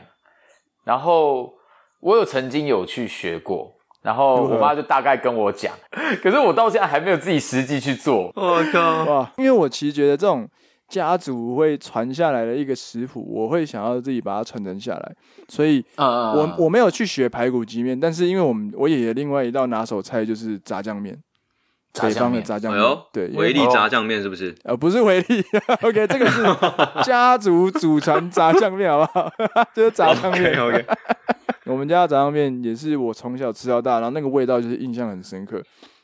[SPEAKER 2] 然后我有曾经有去学过，然后
[SPEAKER 1] 如何
[SPEAKER 2] 我妈就大概跟我讲，可是我到现在还没有自己实际去做。
[SPEAKER 3] 我靠，
[SPEAKER 1] 哇，因为我其实觉得这种家族会传下来的一个食谱，我会想要自己把它传承下来，所以
[SPEAKER 2] 嗯
[SPEAKER 3] 啊
[SPEAKER 1] 我我没有去学排骨鸡面，但是因为我们我爷爷另外一道拿手菜就是炸酱面，
[SPEAKER 2] 炸
[SPEAKER 1] 北
[SPEAKER 2] 酱
[SPEAKER 1] 方的
[SPEAKER 2] 面
[SPEAKER 1] 炸酱
[SPEAKER 3] 哎
[SPEAKER 1] 面，
[SPEAKER 3] 呦，
[SPEAKER 1] 对，因为哦
[SPEAKER 3] 维力炸酱面是不是？
[SPEAKER 1] 呃不是维力 ，OK，这 个是家族祖传炸酱面，好不好？ 就是炸酱面
[SPEAKER 3] OK，
[SPEAKER 1] 我们家的炸酱面也是我从小吃到大，然后那个味道就是印象很深刻。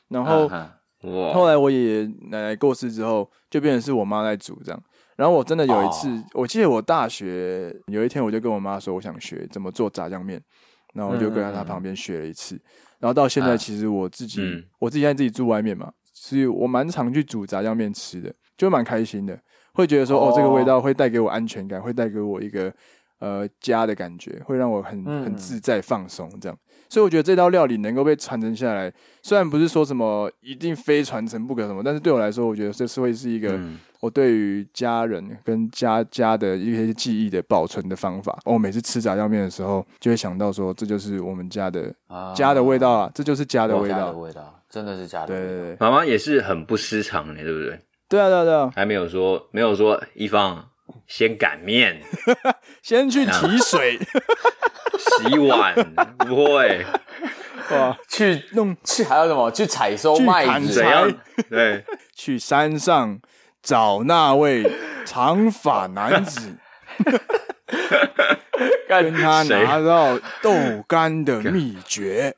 [SPEAKER 1] 然
[SPEAKER 2] 嗯
[SPEAKER 3] 啊
[SPEAKER 1] 后
[SPEAKER 3] 哇，
[SPEAKER 1] 后来我爷爷奶奶过世之后，就变成是我妈在煮这样。然后我真的有一次，我记得我大学有一天，我就跟我妈说我想学怎么做炸酱面，然后我就跟在她旁边学了一次。然后到现在，
[SPEAKER 2] 啊
[SPEAKER 1] 其实我自己、
[SPEAKER 3] 嗯
[SPEAKER 1] 我自己现在自己住外面嘛，所以我蛮常去煮炸酱面吃的，就蛮开心的，会觉得说哦
[SPEAKER 2] 哦
[SPEAKER 1] 这个味道会带给我安全感，会带给我一个呃家的感觉，会让我很很
[SPEAKER 2] 嗯
[SPEAKER 1] 自在放松这样。所以我觉得这道料理能够被传承下来，虽然不是说什么一定非传承不可什么，但是对我来说，我觉得这是会是一个
[SPEAKER 3] 嗯
[SPEAKER 1] 我对于家人跟家家的一些记忆的保存的方法。哦我每次吃炸酱面的时候，就会想到说，这就是我们家的
[SPEAKER 2] 啊
[SPEAKER 1] 家的味道啊，这就是家
[SPEAKER 2] 家
[SPEAKER 1] 的味
[SPEAKER 2] 哦家的
[SPEAKER 1] 道。
[SPEAKER 2] 味道，真的是家的
[SPEAKER 1] 对
[SPEAKER 2] 味道。
[SPEAKER 1] 对对，
[SPEAKER 3] 妈妈也是很不失常的，对不对？
[SPEAKER 1] 对啊对啊对啊！
[SPEAKER 3] 还没有说，没有说一方先擀面、
[SPEAKER 1] 先去提水，
[SPEAKER 3] 洗碗，不会，
[SPEAKER 1] 哇，
[SPEAKER 2] 去
[SPEAKER 1] 弄
[SPEAKER 2] 去还有什么？去采收
[SPEAKER 1] 去
[SPEAKER 2] 麦
[SPEAKER 1] 砍
[SPEAKER 2] 子，
[SPEAKER 3] 怎样？对，
[SPEAKER 1] 去山上找那位长发男子，
[SPEAKER 2] 干
[SPEAKER 1] 跟他
[SPEAKER 3] 谁
[SPEAKER 1] 拿到豆干的秘诀。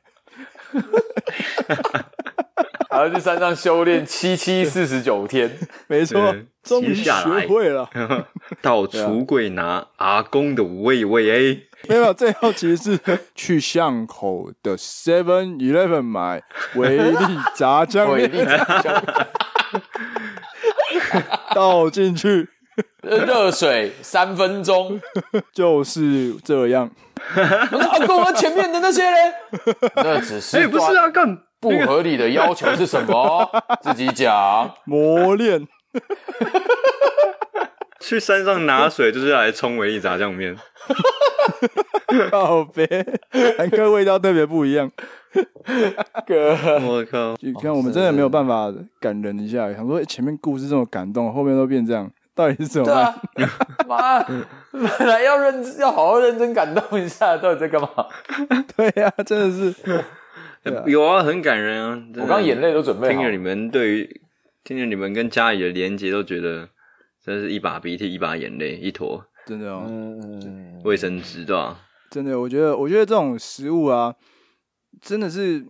[SPEAKER 2] 还要去山上修炼七七四十九天。
[SPEAKER 1] 没错
[SPEAKER 3] 嗯，
[SPEAKER 1] 终于
[SPEAKER 3] 接下来
[SPEAKER 1] 学会了。
[SPEAKER 3] 到橱柜拿阿公的五味味哎，
[SPEAKER 1] 没有，最后其实是去巷口的 Seven Eleven 买维力炸酱
[SPEAKER 2] 伟
[SPEAKER 1] 面，
[SPEAKER 2] 力
[SPEAKER 1] 倒进去，
[SPEAKER 2] 热水三分钟。
[SPEAKER 1] 就是这样。
[SPEAKER 2] 我说阿公，那前面的那些嘞，那只是
[SPEAKER 3] 哎、不是啊，干
[SPEAKER 2] 不合理的要求是什 么？自己讲。
[SPEAKER 1] 磨练，
[SPEAKER 3] 去山上拿水就是来冲维力炸酱面，
[SPEAKER 1] 告别，韩哥味道特别不一样。
[SPEAKER 2] 哥，
[SPEAKER 3] 我靠！
[SPEAKER 1] 你看，我们真的没有办法感人一下，想说诶前面故事这么感动，后面都变这样，到底是怎么
[SPEAKER 2] 对
[SPEAKER 1] 办？
[SPEAKER 2] 啊，妈，本来要认要好好认真感动一下，到底在干嘛？
[SPEAKER 1] 对啊呀、真的是，
[SPEAKER 3] 有啊，很感人啊！真的
[SPEAKER 2] 我刚眼泪都准备
[SPEAKER 3] 听
[SPEAKER 2] 好
[SPEAKER 3] 着。你们对于听着你们跟家里的连接，都觉得真是一把鼻涕一把眼泪，一坨
[SPEAKER 1] 真的哦，
[SPEAKER 2] 嗯嗯嗯，
[SPEAKER 3] 卫生纸，对吧？
[SPEAKER 1] 真的，我觉得，我觉得这种食物啊，真的是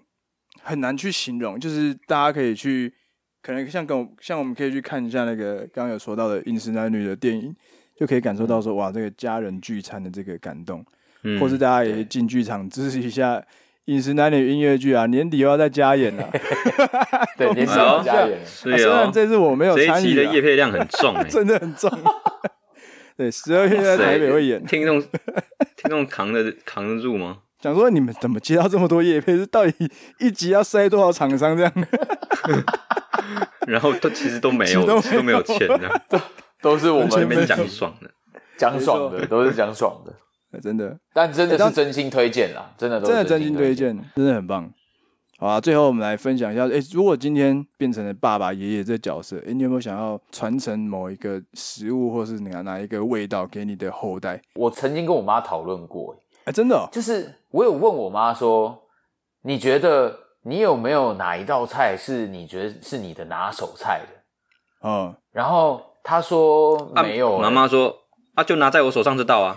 [SPEAKER 1] 很难去形容，就是大家可以去，可能像跟我像我们可以去看一下那个刚刚有说到的《饮食男女》的电影，就可以感受到说，哇，这个家人聚餐的这个感动。
[SPEAKER 3] 嗯，
[SPEAKER 1] 或是大家也进剧场支持一下《饮食男女》音乐剧啊，年底又要再加演 了、啊
[SPEAKER 2] 对，连上要加盐。
[SPEAKER 3] 是
[SPEAKER 1] 啊虽
[SPEAKER 3] 哦
[SPEAKER 1] 然，这次我没有
[SPEAKER 3] 这一
[SPEAKER 1] 参
[SPEAKER 3] 期
[SPEAKER 1] 与
[SPEAKER 3] 的
[SPEAKER 1] 啊、
[SPEAKER 3] 叶配量很重哎、
[SPEAKER 1] 真的很重。 对，十二月在台北会演。
[SPEAKER 3] 听众听众扛得扛得住吗？
[SPEAKER 1] 想说你们怎么接到这么多夜配？是到底一集要塞多少厂商这样？
[SPEAKER 3] 然后都其实都没有，
[SPEAKER 1] 其
[SPEAKER 3] 其实都没有钱的，
[SPEAKER 2] 都是我
[SPEAKER 3] 前面
[SPEAKER 2] 们
[SPEAKER 3] 讲爽的。
[SPEAKER 2] 讲爽的，都是讲爽的。
[SPEAKER 1] 哎真的，
[SPEAKER 2] 但真的
[SPEAKER 1] 欸当
[SPEAKER 2] 是真心推荐啦，真的都
[SPEAKER 1] 真的
[SPEAKER 2] 是
[SPEAKER 1] 真
[SPEAKER 2] 真
[SPEAKER 1] 心
[SPEAKER 2] 心
[SPEAKER 1] 推
[SPEAKER 2] 推。
[SPEAKER 1] 荐，真的很棒。好啊，最后我们来分享一下，诶、如果今天变成了爸爸、爷爷这角色，哎诶、你有没有想要传承某一个食物，或是哪哪一个味道给你的后代？
[SPEAKER 2] 我曾经跟我妈讨论过，
[SPEAKER 1] 哎、真的、哦，
[SPEAKER 2] 就是我有问我妈说，你觉得你有没有哪一道菜是你觉得是你的拿手菜的？
[SPEAKER 1] 哦，
[SPEAKER 2] 然后她说
[SPEAKER 3] 啊
[SPEAKER 2] 没有、欸
[SPEAKER 3] 妈 妈说啊，就拿在我手上这道啊，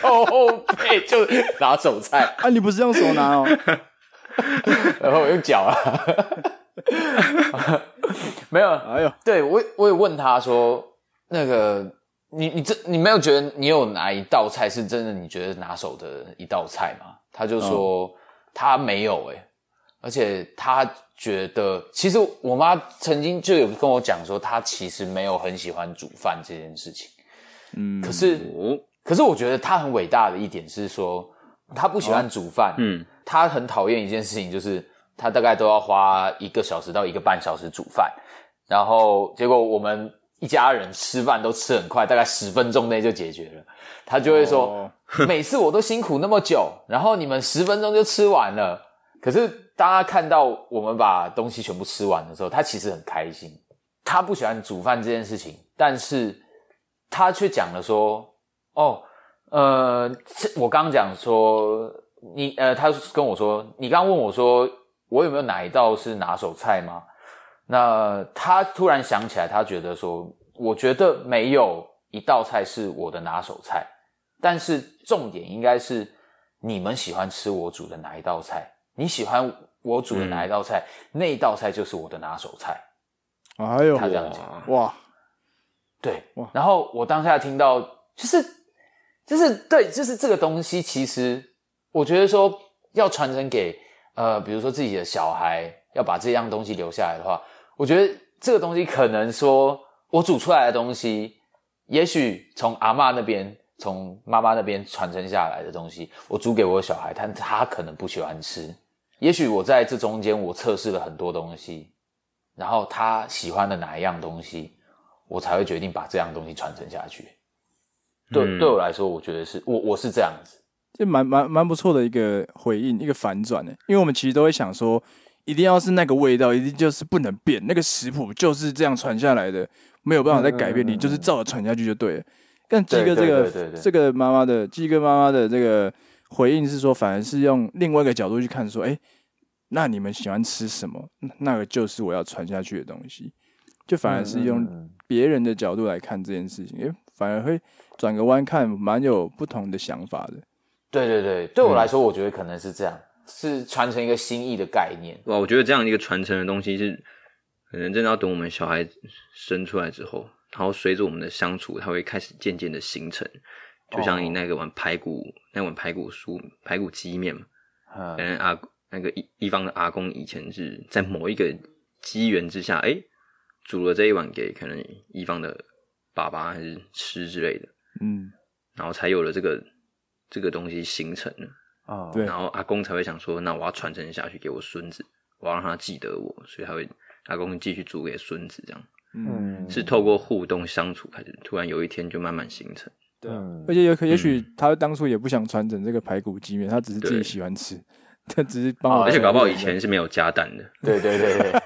[SPEAKER 2] 后背哦就拿手菜，
[SPEAKER 1] 啊，你不是用手拿哦，
[SPEAKER 2] 然后我用脚啊， 没有，
[SPEAKER 1] 哎呦，
[SPEAKER 2] 对我也我也问他说，那个你你这你没有觉得你有哪一道菜是真的你觉得拿手的一道菜吗？他就说、他没有哎、而且他觉得其实我妈曾经就有跟我讲说，她其实没有很喜欢煮饭这件事情，
[SPEAKER 1] 嗯，
[SPEAKER 2] 可是
[SPEAKER 3] 哦，
[SPEAKER 2] 可是我觉得她很伟大的一点是说，她不喜欢煮饭，
[SPEAKER 3] 嗯，
[SPEAKER 2] 他很讨厌一件事情，就是他大概都要花一个小时到一个半小时煮饭，然后结果我们一家人吃饭都吃很快，大概十分钟内就解决了。他就会说，
[SPEAKER 1] 哦
[SPEAKER 2] 每次我都辛苦那么久，然后你们十分钟就吃完了。可是当他看到我们把东西全部吃完的时候，他其实很开心。他不喜欢煮饭这件事情，但是他却讲了说：“哦，呃，这我刚刚讲说你呃，他跟我说，你刚刚问我说我有没有哪一道是拿手菜吗？那他突然想起来，他觉得说，我觉得没有一道菜是我的拿手菜，但是重点应该是你们喜欢吃我煮的哪一道菜，你喜欢我煮的哪一道菜，那一道菜就是我的拿手菜。
[SPEAKER 1] 哎呦，
[SPEAKER 2] 他这样
[SPEAKER 3] 哇
[SPEAKER 2] 讲，
[SPEAKER 1] 哇，
[SPEAKER 2] 对
[SPEAKER 1] 哇，
[SPEAKER 2] 然后我当下听到，就是就是对，就是这个东西，其实我觉得说要传承给呃，比如说自己的小孩，要把这样东西留下来的话，我觉得这个东西可能说我煮出来的东西，也许从阿嬷那边。从妈妈那边传承下来的东西，我煮给我的小孩，但他可能不喜欢吃。也许我在这中间，我测试了很多东西，然后他喜欢的哪一样东西，我才会决定把这样东西传承下去。对，
[SPEAKER 3] 嗯
[SPEAKER 2] 对我来说，我觉得是我我是这样子，
[SPEAKER 1] 这蛮蛮蛮不错的一个回应，一个反转呢。因为我们其实都会想说，一定要是那个味道，一定就是不能变，那个食谱就是这样传下来的，没有办法再改变，
[SPEAKER 2] 嗯嗯嗯
[SPEAKER 1] 你就是照着传下去就对了。但鸡哥
[SPEAKER 2] 对
[SPEAKER 1] 这
[SPEAKER 2] 对
[SPEAKER 1] 个
[SPEAKER 2] 对对对
[SPEAKER 1] 这个妈妈的鸡哥妈妈的这个回应是说，反而是用另外一个角度去看，说，哎、那你们喜欢吃什么？那个就是我要传下去的东西，就反而是用
[SPEAKER 2] 嗯嗯
[SPEAKER 1] 别人的角度来看这件事情，诶，反而会转个弯看，蛮有不同的想法的。
[SPEAKER 2] 对对对，对我
[SPEAKER 3] 嗯
[SPEAKER 2] 来说，我觉得可能是这样，是传承一个心意的概念。
[SPEAKER 3] 哇！我觉得这样一个传承的东西是，可能真的要等我们小孩生出来之后，然后随着我们的相处，它会开始渐渐的形成。就像你那个碗排骨，那碗排骨酥、排骨鸡面嘛，可
[SPEAKER 2] 嗯，
[SPEAKER 3] 能阿那个一一方的阿公以前是在某一个机缘之下，哎、煮了这一碗给可能一方的粑粑还是吃之类的，
[SPEAKER 1] 嗯，
[SPEAKER 3] 然后才有了这个这个东西形成了。
[SPEAKER 2] 啊，
[SPEAKER 1] 对
[SPEAKER 3] 然后阿公才会想说，那我要传承下去给我孙子，我要让他记得我，所以他会阿公继续煮给孙子，这样
[SPEAKER 1] 嗯，
[SPEAKER 2] 嗯，
[SPEAKER 3] 是透过互动相处开始，突然有一天就慢慢形成。
[SPEAKER 1] 对啊
[SPEAKER 2] 嗯
[SPEAKER 1] 而且也可也许他当初也不想传承这个排骨鸡面，他只是自己
[SPEAKER 3] 对
[SPEAKER 1] 喜欢吃， 他只是帮我。
[SPEAKER 2] 哦
[SPEAKER 3] 而且搞不好以前是没有加蛋的，
[SPEAKER 2] 对对对 对，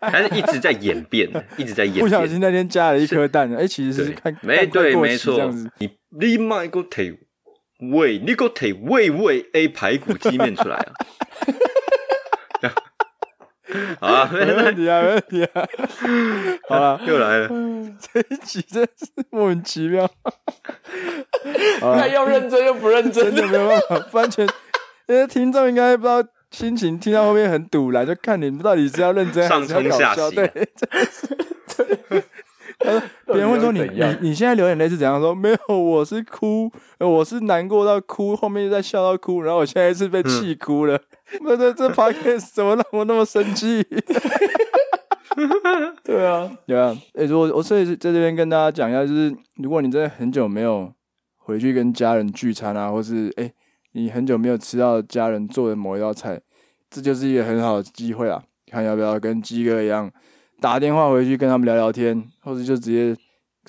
[SPEAKER 3] 它是一直在演变的，一直在演变。
[SPEAKER 1] 不小心那天加了一颗蛋，哎，其实是
[SPEAKER 3] 对，
[SPEAKER 1] 看
[SPEAKER 3] 没
[SPEAKER 1] 看快
[SPEAKER 3] 对
[SPEAKER 1] 过
[SPEAKER 3] 没
[SPEAKER 1] 期这
[SPEAKER 3] 错
[SPEAKER 1] 样子，
[SPEAKER 3] 你你买个腿喂，你个腿喂喂 A 排骨鸡面出来啊！ 好啊，
[SPEAKER 1] 没问题啊，没问题啊。 好了，
[SPEAKER 3] 又来了。
[SPEAKER 1] 这一集真是莫名其妙，好
[SPEAKER 3] 呃
[SPEAKER 1] 啦
[SPEAKER 2] 那 要认真又不认真
[SPEAKER 1] 真，的没有办 法，完全。因为听众应该不知道心情，听到后面很堵然，就看你们到底是要认真还是要搞
[SPEAKER 3] 上冲下
[SPEAKER 1] 笑。
[SPEAKER 3] 洗
[SPEAKER 1] 对，真的是。别人会说你
[SPEAKER 2] 到底要怎样
[SPEAKER 1] 你你现在流眼泪是怎样？说没有，我是哭，呃我是难过到哭，后面又在笑到哭，然后我现在是被气哭了。
[SPEAKER 2] 嗯
[SPEAKER 1] 那这这 p o d 怎么让我那么生气？
[SPEAKER 2] 对啊，
[SPEAKER 1] 对啊，诶、如果我所以是在这边跟大家讲一下，就是如果你真的很久没有回去跟家人聚餐啊，或是诶、你很久没有吃到家人做的某一道菜，这就是一个很好的机会啊，看要不要跟鸡哥一样打电话回去跟他们聊聊天，或者就直接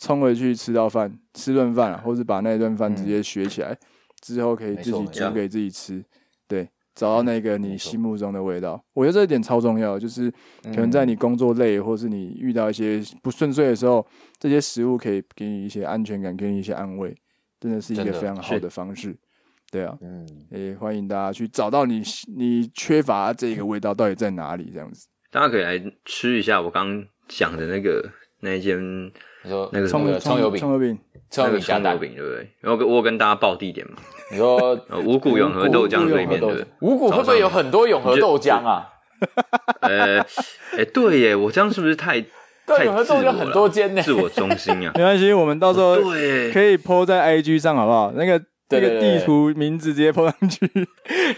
[SPEAKER 1] 冲回去吃到饭，吃顿饭啊，或是把那顿饭直接学起来，之后可以
[SPEAKER 2] 嗯没
[SPEAKER 1] 自
[SPEAKER 2] 错
[SPEAKER 1] 己
[SPEAKER 2] 没
[SPEAKER 1] 煮
[SPEAKER 2] 错嗯
[SPEAKER 1] 给自己吃，对，找到那个你
[SPEAKER 2] 没错
[SPEAKER 1] 心目中的味道。我觉得这一点超重要，就是。
[SPEAKER 2] 嗯
[SPEAKER 1] 可能在你工作累，或是你遇到一些不顺遂的时候，这些食物可以给你一些安全感，给你一些安慰，真的是一
[SPEAKER 2] 真
[SPEAKER 1] 个
[SPEAKER 2] 的
[SPEAKER 1] 非常好
[SPEAKER 3] 是
[SPEAKER 1] 的方式。对啊，
[SPEAKER 2] 嗯，
[SPEAKER 1] 也欢迎大家去找到你你缺乏这个味道到底在哪里，这样子。
[SPEAKER 3] 大家可以来吃一下我刚刚讲的那个那一间
[SPEAKER 2] 你说
[SPEAKER 3] 那个什
[SPEAKER 2] 葱
[SPEAKER 3] 么
[SPEAKER 2] 油葱油饼，
[SPEAKER 1] 葱油饼，
[SPEAKER 2] 葱
[SPEAKER 3] 那
[SPEAKER 2] 油
[SPEAKER 3] 个
[SPEAKER 2] 饼加
[SPEAKER 3] 葱油
[SPEAKER 2] 蛋，
[SPEAKER 3] 饼，对不对？然后我有跟大家报地 点嘛，
[SPEAKER 2] 你 说
[SPEAKER 3] 呃五谷永和豆浆对面
[SPEAKER 2] 永和豆
[SPEAKER 3] 的
[SPEAKER 2] 浆。五谷会不会有很多永和豆浆啊？
[SPEAKER 3] 呃， 哎，对耶，我这样是不是太
[SPEAKER 2] 对，
[SPEAKER 3] 太
[SPEAKER 2] 永和
[SPEAKER 3] 自
[SPEAKER 2] 豆
[SPEAKER 3] 我
[SPEAKER 2] 浆
[SPEAKER 3] 了？
[SPEAKER 2] 很多间呢。
[SPEAKER 3] 自我中心 啊？
[SPEAKER 1] 没关系，我们到时候
[SPEAKER 3] 对
[SPEAKER 1] 可
[SPEAKER 3] 耶，
[SPEAKER 1] 以 PO 在 IG 上，好不好？那个那
[SPEAKER 2] 对
[SPEAKER 1] 个
[SPEAKER 2] 对对
[SPEAKER 1] 地图名字直接 PO 上去，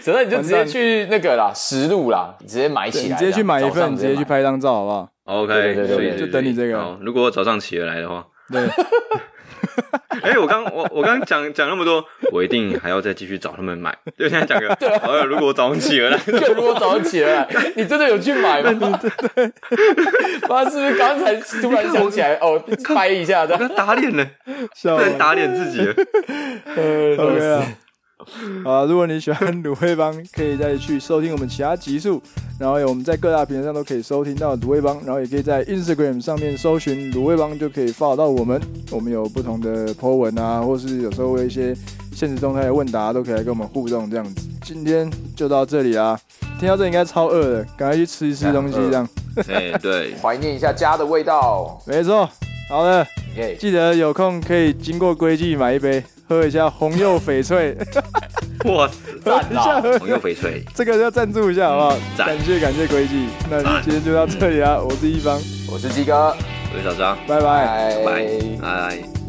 [SPEAKER 2] 所以你就直接
[SPEAKER 1] 完蛋
[SPEAKER 2] 去那个啦，实路啦，你直接买起
[SPEAKER 1] 你
[SPEAKER 2] 来，
[SPEAKER 1] 直接去买一
[SPEAKER 2] 这样
[SPEAKER 1] 份，
[SPEAKER 2] 早上
[SPEAKER 1] 直接去
[SPEAKER 2] 买
[SPEAKER 1] 拍张照，好不好？
[SPEAKER 2] 对
[SPEAKER 3] OK，
[SPEAKER 2] 对对
[SPEAKER 3] 所以
[SPEAKER 2] 对
[SPEAKER 1] 就等你这个
[SPEAKER 3] 好，如果我早上起得来的话，
[SPEAKER 1] 对，
[SPEAKER 3] 哎、我刚我我刚讲讲那么多，我一定还要再继续找他们买。 就现在 讲个，
[SPEAKER 2] 啊
[SPEAKER 3] 呃，如果我早上起得来，
[SPEAKER 2] 就如果早上起来，你真的有去 买吗？妈，是不是刚才突然想起来哦，拍一下
[SPEAKER 3] 我
[SPEAKER 2] 的？
[SPEAKER 3] 刚打脸了，
[SPEAKER 2] 哦
[SPEAKER 1] 笑
[SPEAKER 3] 在
[SPEAKER 1] 完。
[SPEAKER 3] 打脸自 己了。
[SPEAKER 2] 呃，
[SPEAKER 1] OK 啊。啊，如果你喜欢卤味帮，可以再去收听我们其他集数，然后有我们在各大平台上都可以收听到卤味帮，然后也可以在 Instagram 上面搜寻卤味帮就可以 follow 到我们。我们有不同的 po 文啊，或是有时候会有一些现实动态的问答，都可以来跟我们互动这样子。今天就到这里啦，听到这应啊该超饿的，赶快去吃一吃东西这啊样。
[SPEAKER 3] 哎、对，
[SPEAKER 2] 怀念一下家的味道，
[SPEAKER 1] 没错，好的，
[SPEAKER 2] 耶！
[SPEAKER 1] 记得有空可以经过龟记买一杯，喝一下红柚翡翠，
[SPEAKER 3] 哇，
[SPEAKER 1] 喝一下
[SPEAKER 2] 啊
[SPEAKER 1] 喝
[SPEAKER 3] 朋友翡翠，
[SPEAKER 1] 这个要赞助一下好不好？
[SPEAKER 3] 赞
[SPEAKER 1] 感谢感谢龟记，那今天啊就到这里啦，我是一方，
[SPEAKER 2] 我是鸡哥，
[SPEAKER 3] 我是小张，
[SPEAKER 1] 拜拜。
[SPEAKER 3] 拜拜。